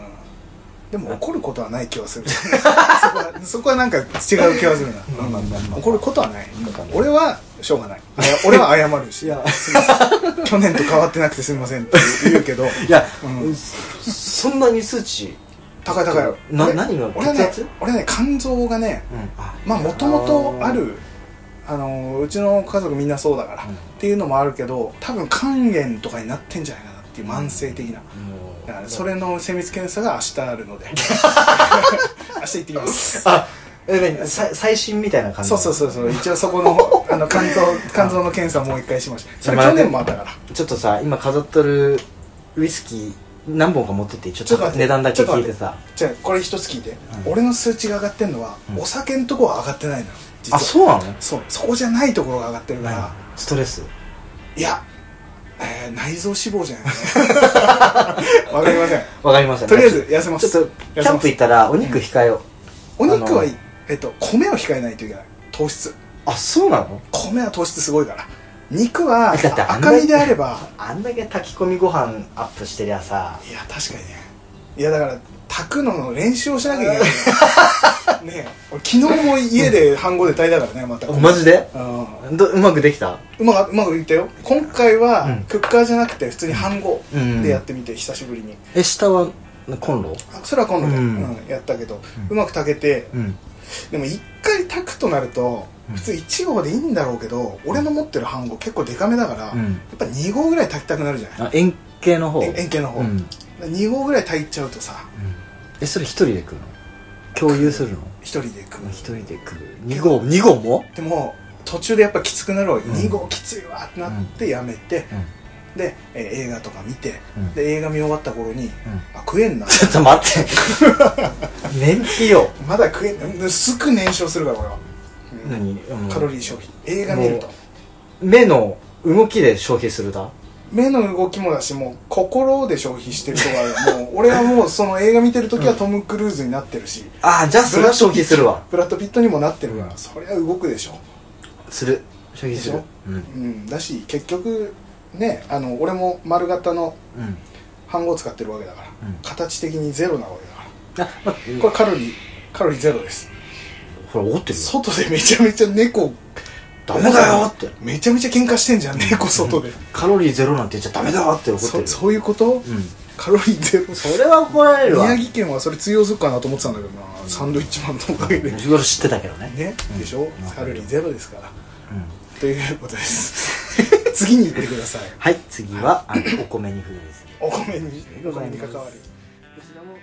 Speaker 1: でも怒ることはない気はする [laughs] そこはそこはなんか違う気はする
Speaker 2: まあまあまあま
Speaker 1: な
Speaker 2: あ
Speaker 1: 怒ることはない
Speaker 2: ことはない
Speaker 1: 俺はしょうがないあや俺は謝るし
Speaker 2: いや
Speaker 1: すいません [laughs] 去年と変わってなくてすみませんって言うけど
Speaker 2: [laughs] いや、
Speaker 1: うん
Speaker 2: そそんなに数値
Speaker 1: 高い高い
Speaker 2: な
Speaker 1: 俺
Speaker 2: 何が
Speaker 1: 俺
Speaker 2: 血
Speaker 1: ね
Speaker 2: 圧
Speaker 1: 俺ね肝臓がね
Speaker 2: うんあ
Speaker 1: まあもともとあるあのーうちの家族みんなそうだから、
Speaker 2: うん
Speaker 1: っていうのもあるけど多分肝炎とかになってんじゃないかなっていう慢性的な
Speaker 2: もう
Speaker 1: だからそれの精密検査が明日あるの
Speaker 2: [laughs]
Speaker 1: で明日行ってきます
Speaker 2: あえ何さ最新みたいな感じ
Speaker 1: そうそうそうそう一応そこのあの肝臓肝臓の検査もう一回しましたそれ
Speaker 2: まあ
Speaker 1: 去年もあったから
Speaker 2: ちょっとさ今飾っとるウイスキー何本か持ってってち
Speaker 1: ち
Speaker 2: ょ
Speaker 1: ょ
Speaker 2: っ
Speaker 1: っと待っ
Speaker 2: と
Speaker 1: て
Speaker 2: 値段だけ聞いてさ
Speaker 1: じゃあこれ一つ聞いて、
Speaker 2: うん
Speaker 1: 俺の数値が上がってるのは、
Speaker 2: うん
Speaker 1: お酒のとこは上がってないのよ実
Speaker 2: あ
Speaker 1: は
Speaker 2: そうなの
Speaker 1: そうそこじゃないところが上がってるから、
Speaker 2: 何ストレス
Speaker 1: いや、えー内臓脂肪じゃないか
Speaker 2: [laughs]
Speaker 1: なわかりません
Speaker 2: わかりません
Speaker 1: とりあえず痩せま
Speaker 2: ちょ
Speaker 1: す
Speaker 2: っとキ
Speaker 1: 痩
Speaker 2: ャ
Speaker 1: せ
Speaker 2: ン
Speaker 1: ま
Speaker 2: プ
Speaker 1: す
Speaker 2: 行ったらお肉控えよう
Speaker 1: お肉は
Speaker 2: あの
Speaker 1: えっと米を控えないといけない糖質
Speaker 2: あそうなの
Speaker 1: 米は糖質すごいから肉は
Speaker 2: だってあん
Speaker 1: 赤
Speaker 2: な
Speaker 1: 身であれば
Speaker 2: あんだけ炊き込みご飯アップしてりゃさ
Speaker 1: いや確かにねいやだから炊くのの練習をしなきゃいけ
Speaker 2: [laughs]
Speaker 1: ないねえ俺昨日も家で飯後で炊いたからねまた
Speaker 2: マジで
Speaker 1: うん
Speaker 2: どうまくできた
Speaker 1: うまくうまくいったよ今回
Speaker 2: う
Speaker 1: は
Speaker 2: ん
Speaker 1: クッカーじゃなくて普通に飯後
Speaker 2: うん
Speaker 1: でやってみて久しぶりに
Speaker 2: え下はコンロ
Speaker 1: あそれは今度で、
Speaker 2: うん
Speaker 1: うんやったけどう
Speaker 2: う
Speaker 1: まく炊けて
Speaker 2: うん
Speaker 1: でも一回炊くとなると
Speaker 2: うん
Speaker 1: 普通1合でいいんだろうけど俺の持ってる飯合結構デカめだから、
Speaker 2: う
Speaker 1: や
Speaker 2: ん
Speaker 1: っぱ2合ぐらい炊きたくなるじゃない
Speaker 2: あ円形の方
Speaker 1: 円円形の方、
Speaker 2: うんうん
Speaker 1: 2合ぐらい炊いちゃうとさ
Speaker 2: えそれ一人で食うの共有するの
Speaker 1: 1人で食う、
Speaker 2: 一人で食う2合2合も
Speaker 1: でも途中でやっぱきつくなるわけ、
Speaker 2: うん
Speaker 1: 2合きついわってなってやめて、で、えー映画とか見て、
Speaker 2: うん
Speaker 1: で映画見終わった頃に、
Speaker 2: うん
Speaker 1: あ食えんな
Speaker 2: ちょっと待って。燃費よ。
Speaker 1: まだ食えんなすぐ燃焼するから俺は、うん
Speaker 2: 何
Speaker 1: カロリー消費映画見ると
Speaker 2: も目の動きで消費するだ。
Speaker 1: 目の動きもだしもう心で消費してるとかもう俺はもうその映画見てる時はトム・クルーズになってるし、
Speaker 2: ああ、じゃあそれは消費するわ。
Speaker 1: ブラッド・ピットにもなってるから、
Speaker 2: うん
Speaker 1: そりゃ動くでしょ、
Speaker 2: する。消費する
Speaker 1: でし。
Speaker 2: うん。う
Speaker 1: う
Speaker 2: ん。
Speaker 1: ん、だし結局ねあの俺も丸型の半を使ってるわけだから、
Speaker 2: うん
Speaker 1: 形的にゼロなわけだか
Speaker 2: あ、ま、
Speaker 1: らこれカロリーカロリーゼロです
Speaker 2: ほら、折ってるよ。
Speaker 1: 外でめちゃめちゃ猫
Speaker 2: ダメだよって。
Speaker 1: めちゃめちゃ喧嘩してんじゃん猫外で、
Speaker 2: カロリーゼロなんて言っちゃダメだって怒って
Speaker 1: そ
Speaker 2: る。
Speaker 1: そういうこと
Speaker 2: うん。
Speaker 1: カロリーゼロ
Speaker 2: それは怒られるわ。
Speaker 1: 宮城県はそれ通用するかなと思ってたんだけどな、サンドイッチマンのおかげで
Speaker 2: 自分は知ってたけどね。
Speaker 1: ね、
Speaker 2: うん
Speaker 1: でしょ
Speaker 2: うん
Speaker 1: カロリーゼロですから
Speaker 2: うん。
Speaker 1: ということです [laughs] 次に行ってください
Speaker 2: はい、次は、あのお米に触れです。
Speaker 1: お米に
Speaker 2: りがと
Speaker 1: お
Speaker 2: うござ
Speaker 1: 米
Speaker 2: い
Speaker 1: に
Speaker 2: ます
Speaker 1: 関わる
Speaker 2: こちらも